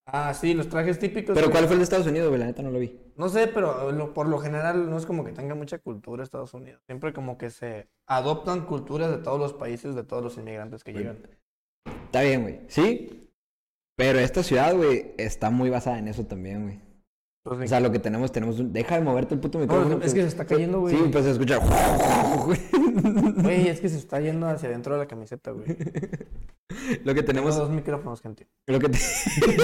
Speaker 2: Ah, sí, los trajes típicos.
Speaker 1: Pero
Speaker 2: güey.
Speaker 1: ¿cuál fue el de Estados Unidos, güey? La neta no lo vi.
Speaker 2: No sé, pero lo- por lo general no es como que tenga mucha cultura Estados Unidos. Siempre como que se adoptan culturas de todos los países, de todos los inmigrantes que llegan.
Speaker 1: Está bien, güey. Sí. Pero esta ciudad, güey, está muy basada en eso también, güey.
Speaker 2: Pues,
Speaker 1: O sea, lo que tenemos, tenemos un... Deja de moverte el puto micrófono.
Speaker 2: es que se está cayendo, güey.
Speaker 1: Sí, pues se escucha...
Speaker 2: Güey, es que se está yendo hacia adentro de la camiseta, güey.
Speaker 1: lo que
Speaker 2: Tengo
Speaker 1: tenemos...
Speaker 2: dos micrófonos, gente.
Speaker 1: Lo que, te-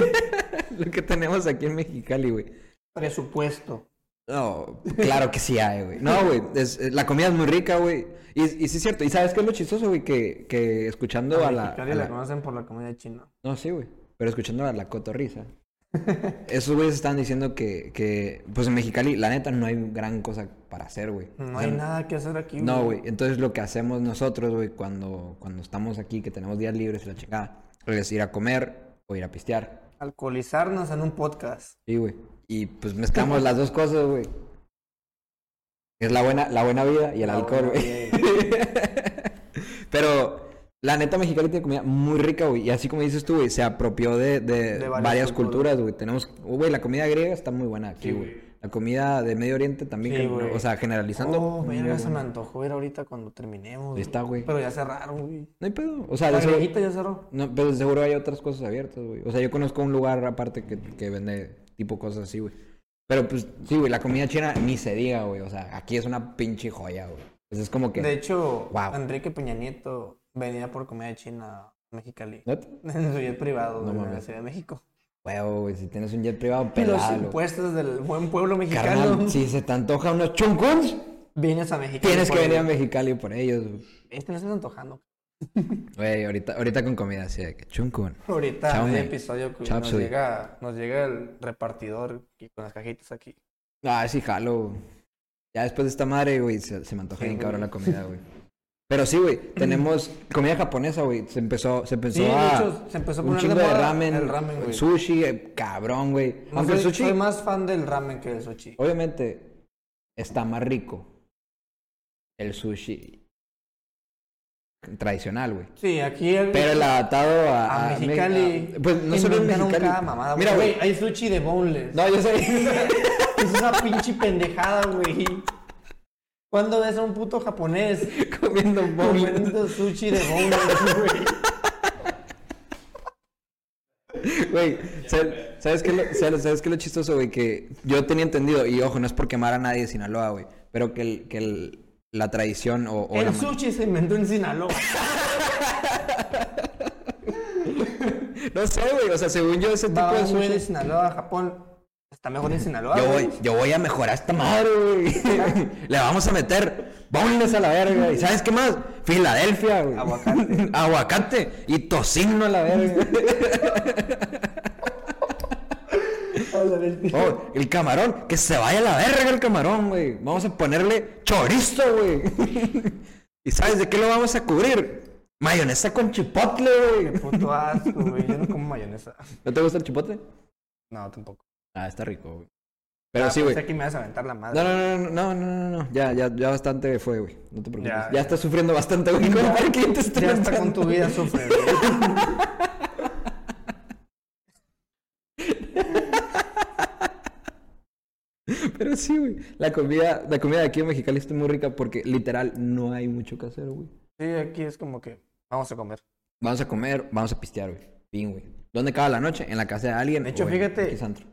Speaker 1: lo que tenemos aquí en Mexicali, güey.
Speaker 2: Presupuesto.
Speaker 1: No, claro que sí hay, güey. No, güey, es- eh, la comida es muy rica, güey. Y, y sí es cierto, ¿y sabes qué es lo chistoso, güey? Que, que escuchando
Speaker 2: A
Speaker 1: a, la...
Speaker 2: Mexicali
Speaker 1: a
Speaker 2: la
Speaker 1: la-
Speaker 2: conocen por la comida china.
Speaker 1: No, sí, güey. Pero escuchando a la cotorriza. Esos güeyes están diciendo que, que, pues en Mexicali, la neta, no hay gran cosa para hacer, güey. O
Speaker 2: No
Speaker 1: sea,
Speaker 2: hay nada que hacer aquí,
Speaker 1: No, güey. Entonces lo que hacemos nosotros, güey, cuando, cuando estamos aquí, que tenemos días libres y la chingada, es ir a comer o ir a pistear.
Speaker 2: Alcoholizarnos en un podcast.
Speaker 1: Sí, güey. Y pues mezclamos las dos cosas, güey. Es la buena, la buena vida y el
Speaker 2: La
Speaker 1: alcohol,
Speaker 2: buena
Speaker 1: güey. Pero la neta mexicana tiene comida muy rica, güey. Y así como dices tú, güey, se apropió de, de
Speaker 2: De varias
Speaker 1: varias, culturas, güey. Tenemos, güey, la comida griega está muy buena aquí, güey. La comida de Medio Oriente también,
Speaker 2: Sí,
Speaker 1: que-
Speaker 2: güey.
Speaker 1: o sea, generalizando.
Speaker 2: Oh,
Speaker 1: muy
Speaker 2: verga, se me
Speaker 1: buena.
Speaker 2: antojó ir ahorita cuando terminemos.
Speaker 1: Ahí está, güey.
Speaker 2: Pero ya cerraron, güey.
Speaker 1: No hay pedo. O sea,
Speaker 2: La
Speaker 1: de seguro,
Speaker 2: grejita ya cerró.
Speaker 1: no, pero de seguro hay otras cosas abiertas, güey. O sea, yo conozco un lugar aparte que, que vende tipo cosas así, güey. Pero pues, sí, güey, la comida china ni se diga, güey. O sea, aquí es una pinche joya, güey. Pues es como que.
Speaker 2: De hecho,
Speaker 1: Guau.
Speaker 2: Enrique Peña Nieto venía por comida china a Mexicali.
Speaker 1: ¿Neta?
Speaker 2: En su jet privado
Speaker 1: ¿Eh? No
Speaker 2: de la
Speaker 1: mames.
Speaker 2: Ciudad de México.
Speaker 1: Huevo, güey, si tienes un jet privado,
Speaker 2: Y los
Speaker 1: pelalo.
Speaker 2: impuestos del buen pueblo mexicano.
Speaker 1: Carnal, si se te antoja unos chunguns,
Speaker 2: Vienes a México.
Speaker 1: tienes que venir a Mexicali por ellos. güey.
Speaker 2: Este no se está antojando.
Speaker 1: Güey, ahorita, ahorita con comida así de que chungun.
Speaker 2: Ahorita
Speaker 1: Chao,
Speaker 2: en
Speaker 1: mate.
Speaker 2: el episodio que
Speaker 1: Chao,
Speaker 2: nos
Speaker 1: Sudi.
Speaker 2: llega, nos llega el repartidor y con las cajitas aquí.
Speaker 1: Ah, sí, jalo. güey. Ya después de esta madre, güey, se, se me antoja
Speaker 2: Sí,
Speaker 1: bien
Speaker 2: güey.
Speaker 1: cabrón la comida, güey. Pero sí, güey, tenemos comida japonesa, güey. Se empezó, se empezó
Speaker 2: Sí, de
Speaker 1: a...
Speaker 2: hecho, se empezó
Speaker 1: ah,
Speaker 2: a
Speaker 1: un
Speaker 2: poner de
Speaker 1: chingo de,
Speaker 2: moda
Speaker 1: ramen,
Speaker 2: el ramen, güey.
Speaker 1: sushi, eh, cabrón, güey.
Speaker 2: No
Speaker 1: Aunque el
Speaker 2: soy,
Speaker 1: sushi, Oh.
Speaker 2: soy más fan del ramen que del sushi.
Speaker 1: obviamente, está más rico el sushi tradicional, güey.
Speaker 2: Sí, aquí el,
Speaker 1: Pero el adaptado a,
Speaker 2: a
Speaker 1: a-
Speaker 2: Mexicali.
Speaker 1: a- pues no solo en
Speaker 2: inventan
Speaker 1: Mexicali.
Speaker 2: cada mamada.
Speaker 1: Mira, güey.
Speaker 2: hay sushi de boneless.
Speaker 1: No, yo sé.
Speaker 2: Es una pinche pendejada, güey. ¿Cuándo ves a un puto japonés
Speaker 1: comiendo boneless.
Speaker 2: comiendo sushi de boneless, güey?
Speaker 1: Güey, sa- ¿sabes qué, lo, sabes- sabes qué lo chistoso, güey? Que yo tenía entendido, y ojo, no es por quemar a nadie de Sinaloa, güey, pero que, el- que el- la tradición o, o la
Speaker 2: El
Speaker 1: man-
Speaker 2: sushi se inventó en Sinaloa.
Speaker 1: No sé, güey, o sea, según yo ese tipo
Speaker 2: Va
Speaker 1: de
Speaker 2: un güey de
Speaker 1: sushi...
Speaker 2: Sinaloa a Japón. Está mejor en Sinaloa.
Speaker 1: Yo
Speaker 2: güey.
Speaker 1: voy, yo voy a mejorar esta madre, güey. Le vamos a meter bonles a la verga. ¿Y sabes qué más? Filadelfia, güey.
Speaker 2: Aguacate.
Speaker 1: Aguacate y tocino a la verga. Oh, el camarón, que se vaya a la verga el camarón, güey. Vamos a ponerle chorizo, güey. ¿Y sabes de qué lo vamos a cubrir? Mayonesa con chipotle,
Speaker 2: Qué
Speaker 1: güey.
Speaker 2: puto asco, güey. Yo no como mayonesa.
Speaker 1: ¿No te gusta el chipotle?
Speaker 2: No, tampoco.
Speaker 1: Ah, está rico, güey. Pero
Speaker 2: Ah,
Speaker 1: sí, güey.
Speaker 2: pensé que me vas a aventar la madre.
Speaker 1: No, no, no, no, no, no, no, no. Ya, ya, ya bastante fue, güey. No te preocupes.
Speaker 2: Ya,
Speaker 1: Ya,
Speaker 2: ya.
Speaker 1: estás sufriendo bastante, güey. con el cliente está
Speaker 2: Ya está con tu
Speaker 1: levantando.
Speaker 2: vida, sufre, güey.
Speaker 1: Pero sí, güey. La comida, la comida de aquí en Mexicali está muy rica porque literal no hay mucho que hacer, güey.
Speaker 2: Sí, aquí es como que vamos a comer.
Speaker 1: Vamos a comer, vamos a pistear, güey. Fin, güey. ¿Dónde acaba la noche? En la casa de alguien.
Speaker 2: De hecho,
Speaker 1: o en
Speaker 2: fíjate-
Speaker 1: X antro.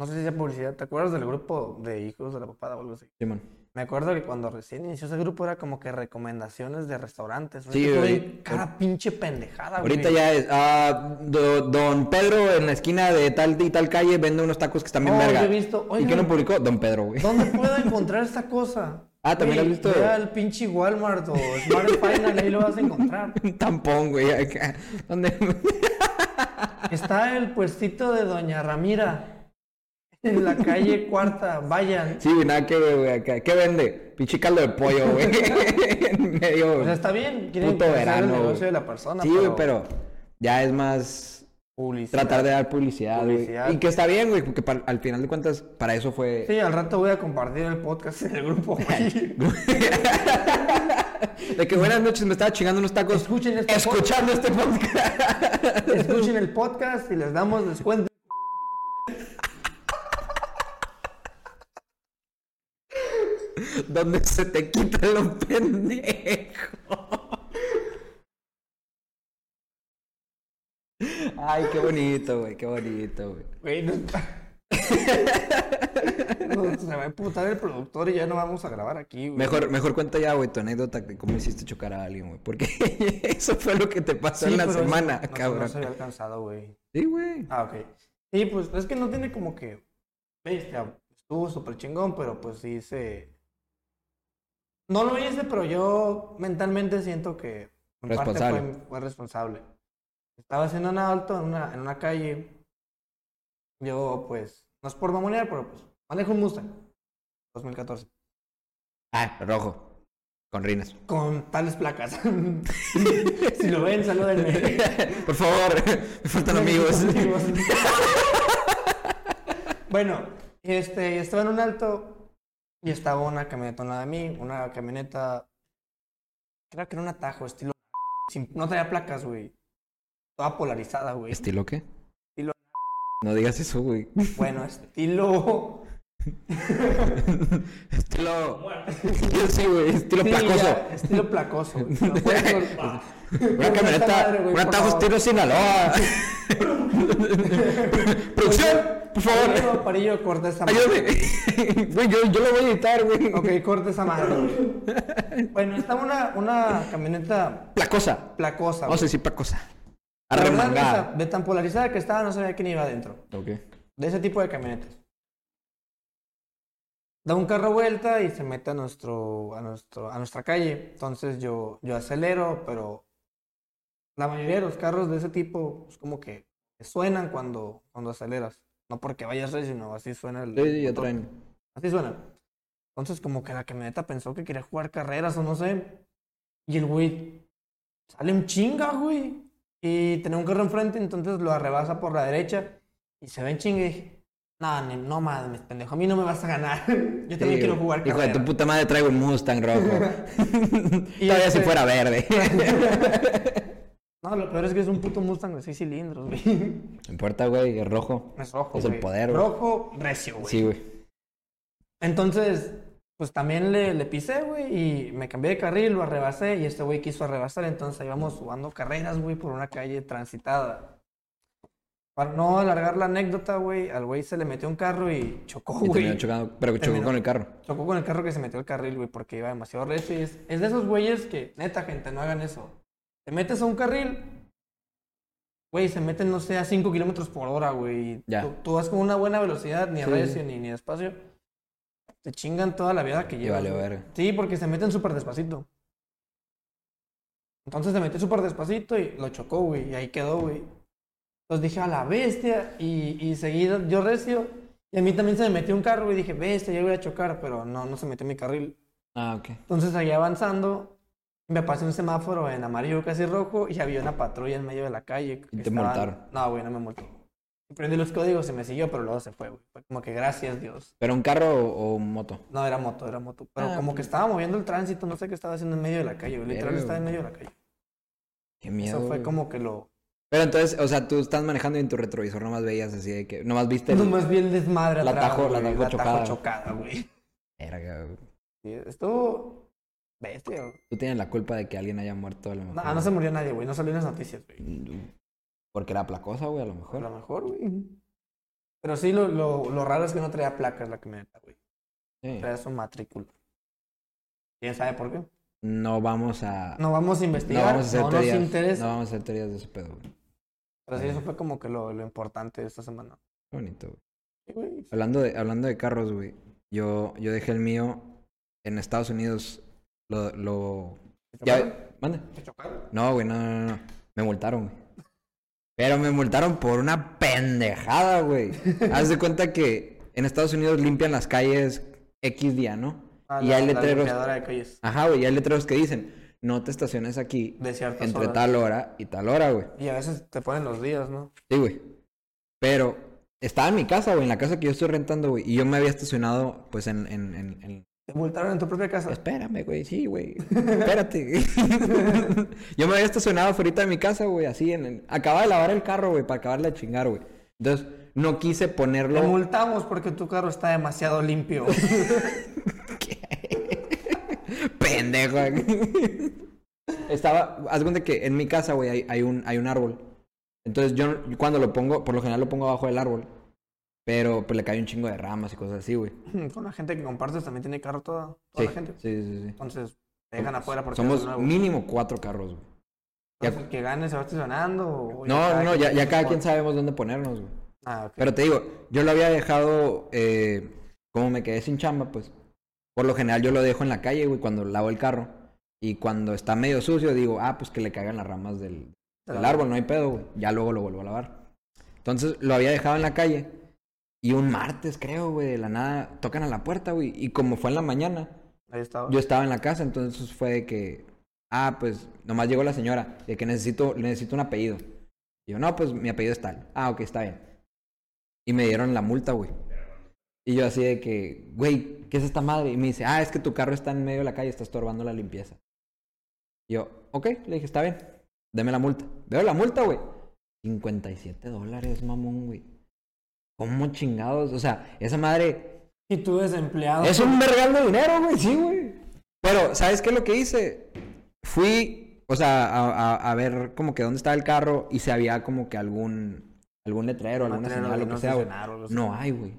Speaker 2: No sé si sea publicidad. ¿Te acuerdas del grupo de hijos de la papada o algo así?
Speaker 1: Simón.
Speaker 2: Me acuerdo que cuando recién inició ese grupo era como que recomendaciones de restaurantes.
Speaker 1: Sí,
Speaker 2: Ahorita
Speaker 1: güey.
Speaker 2: todo hay Cada pinche pendejada, güey.
Speaker 1: Ahorita ya es. ah, do- don Pedro en la esquina de tal y tal calle vende unos tacos que están bien
Speaker 2: Oh, yo
Speaker 1: verga.
Speaker 2: he visto-
Speaker 1: ¿Y
Speaker 2: oigan.
Speaker 1: qué no publicó? Don Pedro, güey.
Speaker 2: ¿Dónde puedo encontrar esta cosa?
Speaker 1: Ah, ¿también la
Speaker 2: Güey,
Speaker 1: has visto?
Speaker 2: Ve al pinche Walmart o Smart Final, ahí lo vas a encontrar.
Speaker 1: Un tampón, güey. acá. ¿Dónde?
Speaker 2: Está el puestito de Doña Ramira. En la calle cuarta, vayan.
Speaker 1: Sí, güey, nada que ver, güey. acá. ¿Qué vende? Pinche caldo de pollo, güey. en medio.
Speaker 2: O sea, Pues está bien, quieren
Speaker 1: Puto
Speaker 2: crecer
Speaker 1: verano,
Speaker 2: el negocio
Speaker 1: güey.
Speaker 2: de la persona,
Speaker 1: sí, güey, pero ya es más
Speaker 2: publicidad.
Speaker 1: tratar de dar publicidad, güey.
Speaker 2: Publicidad.
Speaker 1: Y que está bien, güey, porque para- al final de cuentas, para eso fue.
Speaker 2: Sí, al rato voy a compartir el podcast en el grupo. güey.
Speaker 1: De que buenas noches, me estaba chingando unos tacos.
Speaker 2: Escuchen este
Speaker 1: escuchando este podcast.
Speaker 2: Escuchen el podcast y les damos descuento.
Speaker 1: Donde se te quitan los pendejos. Ay, qué bonito, güey, qué bonito, güey.
Speaker 2: Güey, no- No, se va a emputar el productor y ya no vamos a grabar aquí, güey.
Speaker 1: Mejor, mejor cuenta ya, güey, tu anécdota de cómo hiciste chocar a alguien, güey. Porque eso fue lo que te pasó
Speaker 2: Sí,
Speaker 1: en la
Speaker 2: pero es-
Speaker 1: semana,
Speaker 2: no,
Speaker 1: cabrón.
Speaker 2: No se había alcanzado, güey.
Speaker 1: Sí, güey.
Speaker 2: Ah, ok. Sí, pues es que no tiene como que. Este, estuvo súper chingón, pero pues sí se. No lo hice, pero yo mentalmente siento que. En parte
Speaker 1: Responsable.
Speaker 2: fue, fue responsable. Estaba haciendo un alto en una, en una calle. Yo, pues. No es por mamonear, pero pues. Manejo un Mustang. 2014.
Speaker 1: Ah, rojo. Con rinas.
Speaker 2: Con tales placas. si lo ven, salúdenme.
Speaker 1: Por favor, me faltan amigos.
Speaker 2: Amigos. bueno, este, estaba en un alto y estaba una camioneta a un lado de mí, una camioneta, creo que era un atajo, estilo, sin- no traía placas, güey, toda polarizada, güey.
Speaker 1: ¿Estilo qué?
Speaker 2: Estilo-
Speaker 1: No digas eso, güey.
Speaker 2: Bueno, estilo,
Speaker 1: Estilo.
Speaker 3: Muerto.
Speaker 1: Sí, güey, estilo
Speaker 2: Sí, ya,
Speaker 1: placoso.
Speaker 2: estilo placoso, güey. No puedes col-
Speaker 1: Una camioneta,
Speaker 2: madre, güey,
Speaker 1: un
Speaker 2: por
Speaker 1: atajo
Speaker 2: favor.
Speaker 1: estilo Sinaloa. Producción, por favor,
Speaker 2: Amarillo, amarillo, corta esa madre.
Speaker 1: ayúdame. Güey, yo, yo lo voy a editar, güey.
Speaker 2: Ok, corta esa madre. güey. Bueno, estaba una, una camioneta
Speaker 1: Placosa. Vamos
Speaker 2: placosa,
Speaker 1: a
Speaker 2: güey.
Speaker 1: decir placosa.
Speaker 2: La verdad, de, esa-
Speaker 1: Arremangada.
Speaker 2: de tan polarizada que estaba, no sabía quién iba adentro.
Speaker 1: Ok.
Speaker 2: De ese tipo de camionetas. Da un carro vuelta y se mete a, nuestro, a, nuestro, a nuestra calle. Entonces yo, yo acelero, pero la mayoría de los carros de ese tipo es como que suenan cuando, cuando aceleras. No porque vayas recio, sino así suena el.
Speaker 1: Sí, sí, ya
Speaker 2: motor.
Speaker 1: traen.
Speaker 2: Así suena. Entonces, como que la camioneta pensó que quería jugar carreras o no sé. Y el güey sale en chinga, güey. Y tenía un carro enfrente, entonces lo arrebasa por la derecha. Y se ve en chinga y dije, no, ni- no mames, pendejo, a mí no me vas a ganar. Yo también
Speaker 1: Sí,
Speaker 2: quiero
Speaker 1: güey.
Speaker 2: jugar
Speaker 1: Hijo de tu
Speaker 2: carreras.
Speaker 1: puta madre, traigo un Mustang rojo. Todavía si
Speaker 2: este-
Speaker 1: fuera verde.
Speaker 2: No, lo peor es que es un puto Mustang de seis cilindros, güey.
Speaker 1: No importa, güey, es rojo.
Speaker 2: Es rojo,
Speaker 1: Es el
Speaker 2: güey.
Speaker 1: poder, güey.
Speaker 2: Rojo, recio, güey.
Speaker 1: Sí, güey.
Speaker 2: Entonces, pues también le, le pisé, güey, y me cambié de carril, lo arrebasé, y este güey quiso arrebasar, entonces íbamos jugando carreras, güey, por una calle transitada. Para no alargar la anécdota, güey, al güey se le metió un carro y chocó,
Speaker 1: Y terminó
Speaker 2: güey.
Speaker 1: chocando, pero que chocó
Speaker 2: Terminó.
Speaker 1: con el carro.
Speaker 2: Chocó con el carro que se metió al carril, güey, porque iba demasiado recio. Y es, es de esos güeyes que, neta, gente, no hagan eso. Te metes a un carril, güey, se meten, no sé, a 5 kilómetros por hora, güey. y
Speaker 1: Ya.
Speaker 2: Tú, tú vas con una buena velocidad, ni a
Speaker 1: Sí,
Speaker 2: recio,
Speaker 1: sí.
Speaker 2: ni, ni despacio. Te chingan toda la vida que
Speaker 1: Y
Speaker 2: llevas.
Speaker 1: vale
Speaker 2: güey.
Speaker 1: verga.
Speaker 2: Sí, porque se meten súper despacito. Entonces se metió súper despacito y lo chocó, güey. Y ahí quedó, güey. Entonces dije, a la bestia. Y, y seguido yo recio. Y a mí también se me metió un carro, güey. Dije, bestia, yo voy a chocar. Pero no, no se metió en mi carril.
Speaker 1: Ah, ok.
Speaker 2: Entonces seguí avanzando. Me pasé un semáforo en amarillo, casi rojo. Y había una patrulla en medio de la calle. que
Speaker 1: Y te multaron.
Speaker 2: No, güey, no me multó. Prendí los códigos y me siguió, pero luego se fue, güey. Fue como que gracias, Dios.
Speaker 1: ¿Pero un carro o, o moto?
Speaker 2: No, era moto, era moto. Pero
Speaker 1: Ah,
Speaker 2: como que
Speaker 1: pues.
Speaker 2: estaba moviendo el tránsito, no sé qué estaba haciendo en medio de la calle, güey. Literal
Speaker 1: Verga,
Speaker 2: estaba en
Speaker 1: güey.
Speaker 2: medio de la calle.
Speaker 1: Qué miedo.
Speaker 2: Eso fue
Speaker 1: güey.
Speaker 2: como que lo.
Speaker 1: Pero entonces, o sea, tú estás manejando y en tu retrovisor nomás veías así de que. Nomás viste. el-
Speaker 2: No, más bien desmadre
Speaker 1: La
Speaker 2: atrás,
Speaker 1: tajo- la
Speaker 2: güey,
Speaker 1: tajo chocada.
Speaker 2: chocada, güey.
Speaker 1: Verga, güey.
Speaker 2: Sí, estuvo bestia, güey.
Speaker 1: Tú tienes la culpa de que alguien haya muerto a lo mejor.
Speaker 2: Ah, No, no se murió nadie, güey. No salió en las noticias, güey.
Speaker 1: Porque era placosa, güey, a lo
Speaker 2: A lo
Speaker 1: mejor.
Speaker 2: mejor, güey. Pero sí, lo, lo, lo raro es que no traía placas la camioneta, güey.
Speaker 1: Sí.
Speaker 2: Traía su matrícula. ¿Quién sabe por qué?
Speaker 1: No vamos a.
Speaker 2: No vamos a
Speaker 1: no
Speaker 2: investigar, no,
Speaker 1: vamos a hacer
Speaker 2: nos
Speaker 1: teorías.
Speaker 2: interesa.
Speaker 1: No vamos a hacer teorías de ese pedo, güey.
Speaker 2: Pero sí, eso fue como que lo, lo importante de esta semana.
Speaker 1: Qué bonito, güey.
Speaker 2: Sí, güey.
Speaker 1: Hablando de, hablando de carros, güey. Yo, yo dejé el mío en Estados Unidos. Lo. lo...
Speaker 2: ¿Te chocaron?
Speaker 1: Ya, mande.
Speaker 2: ¿Te chocaron?
Speaker 1: No, güey, no, no, no. Me multaron, güey. Pero me multaron por una pendejada, güey. Haz de cuenta que en Estados Unidos limpian las calles X día, ¿no?
Speaker 2: Ah,
Speaker 1: y
Speaker 2: la-
Speaker 1: hay
Speaker 2: la
Speaker 1: letreros.
Speaker 2: limpiadora de calles.
Speaker 1: Ajá, güey, y hay letreros que dicen, no te estaciones aquí
Speaker 2: De ciertas
Speaker 1: entre
Speaker 2: horas.
Speaker 1: tal hora y tal hora, güey.
Speaker 2: Y a veces te ponen los días, ¿no?
Speaker 1: Sí, güey. Pero estaba en mi casa, güey, en la casa que yo estoy rentando, güey. Y yo me había estacionado, pues, en... en, en, en-
Speaker 2: Te multaron en tu propia casa.
Speaker 1: "Pues, Espérame, güey, sí, güey. Espérate. yo me había estacionado afuera de mi casa, güey, así. En, en- Acababa de lavar el carro, güey, para acabarla de chingar, güey. Entonces, no quise
Speaker 2: Te
Speaker 1: ponerlo...
Speaker 2: multamos porque tu carro está demasiado limpio.
Speaker 1: Pendejo. güey. Estaba, haz cuenta que en mi casa, güey, hay, hay un, hay un árbol. Entonces yo cuando lo pongo, por lo general lo pongo abajo del árbol. Pero pues le cae un chingo de ramas y cosas así, güey.
Speaker 2: Con la gente que compartes también tiene carro toda, toda
Speaker 1: Sí,
Speaker 2: la gente.
Speaker 1: sí, sí, sí.
Speaker 2: Entonces, te dejan afuera porque
Speaker 1: Somos
Speaker 2: es nuevo.
Speaker 1: mínimo cuatro carros, güey.
Speaker 2: Entonces, el que gane se va estacionando. o- o
Speaker 1: No, no, no, ya, ya cada quien
Speaker 2: pone-
Speaker 1: sabemos dónde ponernos, güey.
Speaker 2: Ah, ok.
Speaker 1: Pero te digo, yo lo había dejado, eh, como me quedé sin chamba, pues, por lo general yo lo dejo en la calle, güey, cuando lavo el carro. Y cuando está medio sucio, digo, ah, pues que le caigan las ramas del,
Speaker 2: Te
Speaker 1: del
Speaker 2: la-
Speaker 1: árbol, no hay pedo, güey. Ya luego lo vuelvo a lavar. Entonces lo había dejado en la calle. Y un martes, creo, güey, de la nada, tocan a la puerta, güey. Y como fue en la mañana,
Speaker 2: Ahí estaba.
Speaker 1: yo estaba en la casa, entonces fue de que, ah, pues nomás llegó la señora, de que necesito, necesito un apellido. Y yo, no, pues mi apellido es tal. Ah, ok, está bien. Y me dieron la multa, güey. Y yo así de que, güey, ¿qué es esta madre? Y me dice, ah, es que tu carro está en medio de la calle, está estorbando la limpieza. Y yo, ok, le dije, está bien, deme la multa. Veo la multa, güey. 57 dólares, mamón, güey. ¿Cómo chingados? O sea, esa madre
Speaker 2: Y tú desempleado.
Speaker 1: es un vergal de dinero, güey, sí, güey. Pero, ¿sabes qué es lo que hice? Fui, o sea, a, a- a ver como que dónde estaba el carro y si había como que algún, algún letrero,
Speaker 2: Un
Speaker 1: alguna
Speaker 2: letrero
Speaker 1: señal,
Speaker 2: de
Speaker 1: lo que
Speaker 2: no
Speaker 1: sea, güey.
Speaker 2: estacionar o algo así.
Speaker 1: No ah. hay, güey.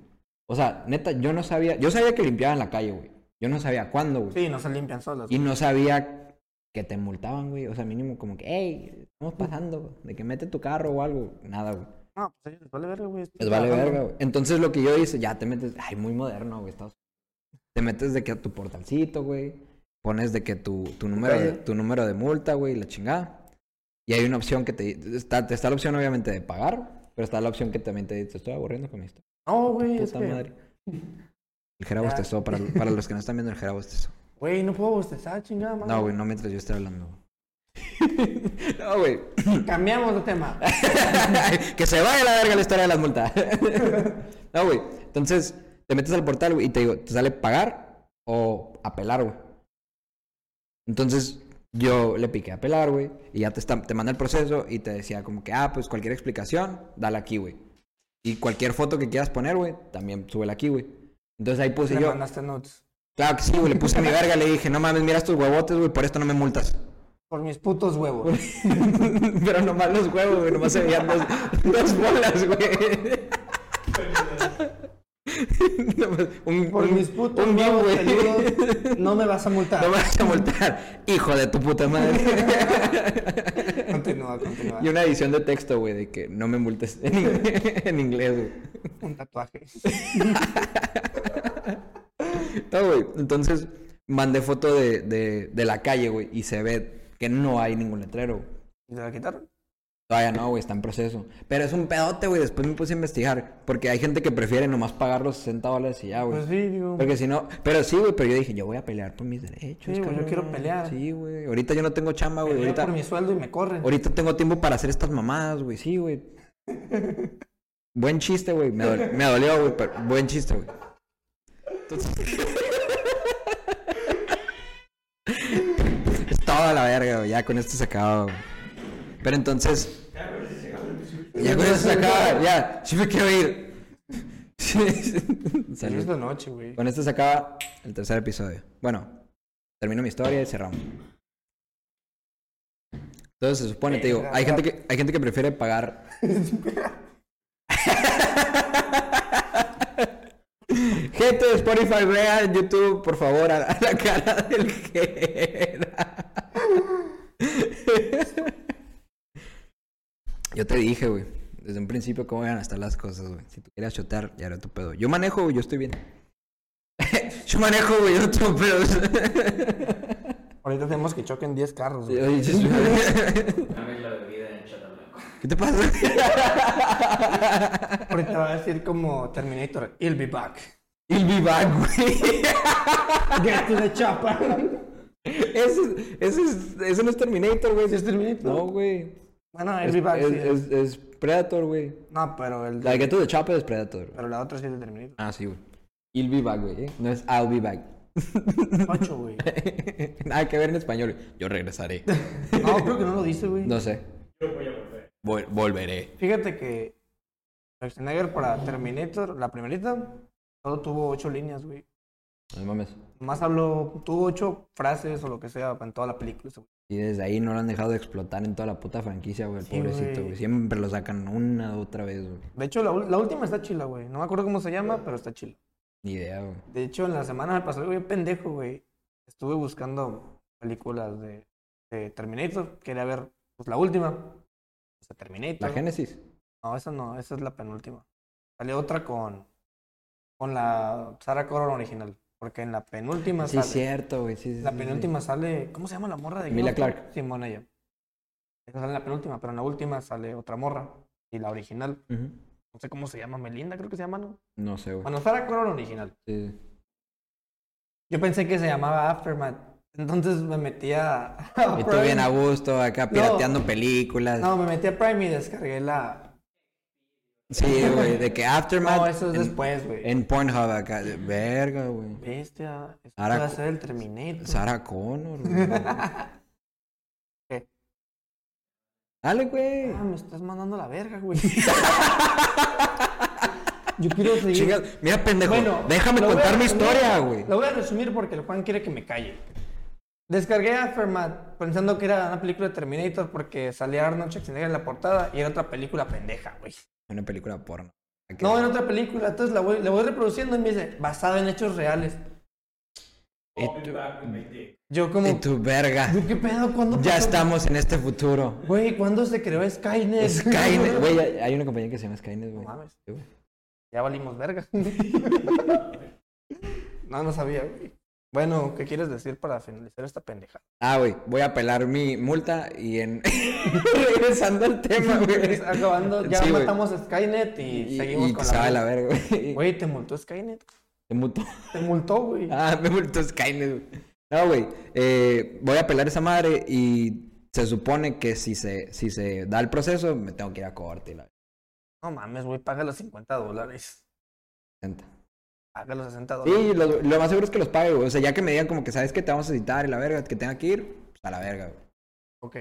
Speaker 1: O sea, neta, yo no sabía, yo sabía que limpiaban la calle, güey. Yo no sabía cuándo, güey.
Speaker 2: Sí, no se limpian solas.
Speaker 1: Y no sabía que te multaban, güey. O sea, mínimo como que, hey, estamos pasando, de que mete tu carro o algo. Nada, güey.
Speaker 2: No, pues a ellos les vale verga, güey. Ah,
Speaker 1: Les vale verga, güey. Entonces lo que yo hice, ya te metes, ay, muy moderno, güey, Estados Unidos. Te metes de que a tu portalcito, güey. Pones de que tu, tu número, de,
Speaker 2: calle.
Speaker 1: tu número de multa, güey, la chingada. Y hay una opción que te está, te está la opción obviamente de pagar, pero está la opción que también te dice, te estoy aburriendo con esto.
Speaker 2: No, güey, es
Speaker 1: Puta
Speaker 2: que...
Speaker 1: madre. El Jera
Speaker 2: Ya.
Speaker 1: bostezó, para, para los que no están viendo, el Jera bostezó.
Speaker 2: Güey, no puedo bostezar, chingada madre.
Speaker 1: No, güey, no mientras yo esté hablando. güey. no, güey.
Speaker 2: Cambiamos de tema.
Speaker 1: que se vaya a la verga la historia de las multas. no, güey. Entonces, te metes al portal, güey, y te digo, te sale pagar o apelar, güey. Entonces, yo le piqué apelar, güey, y ya te, está, te manda el proceso y te decía como que, ah, pues cualquier explicación, dale aquí, güey. Y cualquier foto que quieras poner, güey, también súbela aquí, güey. Entonces ahí puse
Speaker 2: Le
Speaker 1: yo.
Speaker 2: mandaste nudes.
Speaker 1: Claro que sí, güey. Le puse mi verga, le dije, no mames, mira estos huevotes, güey, por esto no me multas.
Speaker 2: Por mis putos huevos.
Speaker 1: Pero nomás los huevos, güey. Nomás se veían dos, dos bolas, güey. Nomás un,
Speaker 2: Por
Speaker 1: un-
Speaker 2: mis putos
Speaker 1: un bien,
Speaker 2: huevos,
Speaker 1: güey.
Speaker 2: peludos, no me vas a multar.
Speaker 1: No me vas a multar, hijo de tu puta madre.
Speaker 2: Continúa, continúa.
Speaker 1: Y una edición de texto, güey, de que no me multes en, en inglés, güey.
Speaker 2: Un tatuaje.
Speaker 1: No, güey. Entonces mandé foto de, de, de la calle, güey, y se ve que no hay ningún letrero. güey.
Speaker 2: ¿Y te la quitaron?
Speaker 1: Todavía no, güey, está en proceso. Pero es un pedote, güey. Después me puse a investigar. Porque hay gente que prefiere nomás pagar los 60 dólares y ya, güey.
Speaker 2: Pues sí, digo.
Speaker 1: Porque si no, pero sí, güey, pero yo dije, yo voy a pelear por mis derechos.
Speaker 2: Sí, güey, yo
Speaker 1: cabrón.
Speaker 2: quiero pelear.
Speaker 1: Sí, güey. Ahorita yo no tengo chamba, güey.
Speaker 2: peleo
Speaker 1: Ahorita,
Speaker 2: por mi sueldo y me corren.
Speaker 1: ahorita tengo tiempo para hacer estas mamadas, güey. Sí, güey. buen chiste, güey. Me, dol- me dolió, güey, pero buen chiste, güey. Entonces... es toda la verga, güey. Ya con esto se acaba, güey. Pero entonces... Ya con esto se acaba, ya. Sí me quiero ir.
Speaker 2: Sí,
Speaker 1: Salud.
Speaker 2: es la noche, güey.
Speaker 1: Con esto se acaba el tercer episodio. Bueno, termino mi historia y cerramos. Entonces se supone, te digo, hay gente que, hay gente que prefiere pagar. gente de Spotify, vean YouTube, por favor, a, a la cara del que era. Yo te dije, güey, desde un principio cómo iban a estar las cosas, güey. Si tú quieres chotear, ya era tu pedo. Yo manejo, güey, yo estoy bien. Yo manejo, güey, yo no tengo pedos.
Speaker 2: Ahorita tenemos que choquen 10 carros, güey.
Speaker 1: Oye, chis-
Speaker 3: Dame la bebida en chata blanco.
Speaker 1: ¿Qué te pasa?
Speaker 2: Ahorita va a decir como Terminator, I'll be back.
Speaker 1: El be back, güey.
Speaker 2: Get to the chapa.
Speaker 1: Ese, ese, es- ese no es Terminator, güey.
Speaker 2: ¿Sí es Terminator?
Speaker 1: No, güey.
Speaker 2: Bueno, I'll
Speaker 1: Es,
Speaker 2: be back, sí.
Speaker 1: es- es- es Predator, güey.
Speaker 2: No, pero el
Speaker 1: La que tú de Chape es Predator. güey.
Speaker 2: pero la otra sí es de Terminator.
Speaker 1: Ah, sí, güey. El be back, güey. ¿eh? No es I'll be back.
Speaker 2: Ocho, güey.
Speaker 1: Nada que ver en español. güey. Yo regresaré.
Speaker 2: No, creo que no lo dice, güey.
Speaker 1: No sé. Vol- volveré.
Speaker 2: Fíjate que Schwarzenegger para Terminator, la primerita, solo tuvo ocho líneas, güey.
Speaker 1: No mames.
Speaker 2: Más habló, tuvo ocho frases o lo que sea en toda la película. ese güey.
Speaker 1: Y desde ahí no lo han dejado de explotar en toda la puta franquicia, güey. El
Speaker 2: Sí,
Speaker 1: pobrecito,
Speaker 2: güey.
Speaker 1: güey. Siempre lo sacan una otra vez, güey.
Speaker 2: De hecho, la, ul- la última está chila, güey. No me acuerdo cómo se llama, pero está chila.
Speaker 1: Ni idea, güey.
Speaker 2: De hecho, en la semana me pasó algo bien pendejo, güey. Estuve buscando películas de, de Terminator. Quería ver pues, la última. O sea, Terminator.
Speaker 1: La Génesis.
Speaker 2: No, esa no, esa es la penúltima. Salió otra con, con la Sarah Connor original. Porque en la penúltima
Speaker 1: Sí,
Speaker 2: sale.
Speaker 1: cierto, güey. Sí, sí,
Speaker 2: La
Speaker 1: sí, sí.
Speaker 2: penúltima sale. ¿Cómo se llama la morra de Game
Speaker 1: Emilia
Speaker 2: of Thrones?
Speaker 1: Clarke.
Speaker 2: Simón, ella. Esa sale en la penúltima, pero en la última sale otra morra. Y la original.
Speaker 1: Ujú.
Speaker 2: No sé cómo se llama, Melinda, creo que se llama, ¿no?
Speaker 1: No sé, güey.
Speaker 2: Bueno, Sarah Connor original.
Speaker 1: Sí, sí.
Speaker 2: Yo pensé que se llamaba Aftermath. Entonces me metí a. a
Speaker 1: Y tú
Speaker 2: Prime.
Speaker 1: bien a gusto, acá pirateando películas.
Speaker 2: Ah, No, me metí a Prime y descargué la.
Speaker 1: Sí, güey, de que Aftermath.
Speaker 2: No, eso es
Speaker 1: en,
Speaker 2: después, güey.
Speaker 1: en Pornhub acá. de- Verga, güey.
Speaker 2: Bestia. Esto
Speaker 1: Sarah
Speaker 2: va a
Speaker 1: Co-
Speaker 2: ser el Terminator.
Speaker 1: Sarah Connor, güey.
Speaker 2: ¿Qué?
Speaker 1: Dale, güey.
Speaker 2: Ah, me estás mandando a la verga, güey. Yo quiero seguir.
Speaker 1: Chinga, mira, pendejo.
Speaker 2: Bueno,
Speaker 1: déjame
Speaker 2: lo voy a
Speaker 1: contar mi
Speaker 2: resumir-
Speaker 1: historia, güey.
Speaker 2: Lo voy a resumir porque el Juan quiere que me calle. Descargué Aftermath pensando que era una película de Terminator porque salía Arnold Schwarzenegger en la portada y era otra película pendeja, güey.
Speaker 1: Una película porno. Aquí-
Speaker 2: No, era otra película, entonces la voy, la voy reproduciendo y me dice, basada en hechos reales.
Speaker 1: Y tú-
Speaker 2: Yo como,
Speaker 1: y tu verga.
Speaker 2: "Yo, ¿qué pedo? ¿Cuándo
Speaker 1: Ya
Speaker 2: pasó?
Speaker 1: estamos en este futuro.
Speaker 2: Güey, ¿cuándo se creó Skynet?
Speaker 1: Skynet, güey, hay hay una compañía que se llama Skynet,
Speaker 2: No
Speaker 1: güey.
Speaker 2: mames.
Speaker 1: Sí, güey.
Speaker 2: Ya valimos verga. no, no sabía, güey. Bueno, ¿qué quieres decir para finalizar esta pendeja?
Speaker 1: Ah, güey, voy a apelar mi multa y en... Regresando al tema, güey.
Speaker 2: Acabando, ya
Speaker 1: Sí, güey.
Speaker 2: matamos a Skynet y,
Speaker 1: Y,
Speaker 2: seguimos
Speaker 1: y
Speaker 2: con
Speaker 1: sabe la
Speaker 2: la...
Speaker 1: verga, güey.
Speaker 2: Güey, ¿te multó Skynet?
Speaker 1: Te muto.
Speaker 2: Te multó, güey.
Speaker 1: Ah, me multó Skynet, güey. No, güey, eh, voy a apelar esa madre y se supone que si se, si se da el proceso, me tengo que ir a corte. y La...
Speaker 2: No mames, güey, paga los 50 dólares.
Speaker 1: neta.
Speaker 2: Paga los 60 dólares.
Speaker 1: Sí, lo, lo más seguro es que los pague, güey. O sea, ya que me digan como que sabes que te vamos a citar y la verga, que tenga que ir, pues, a la verga, güey.
Speaker 2: Ok.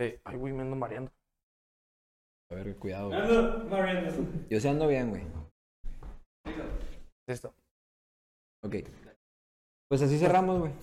Speaker 2: Eh, ay, güey, me ando mareando.
Speaker 1: A ver, cuidado, güey.
Speaker 3: Ando, Mariano.
Speaker 1: Yo sí ando bien, güey.
Speaker 2: Listo.
Speaker 1: Ok. Pues así cerramos, güey.
Speaker 2: Sí,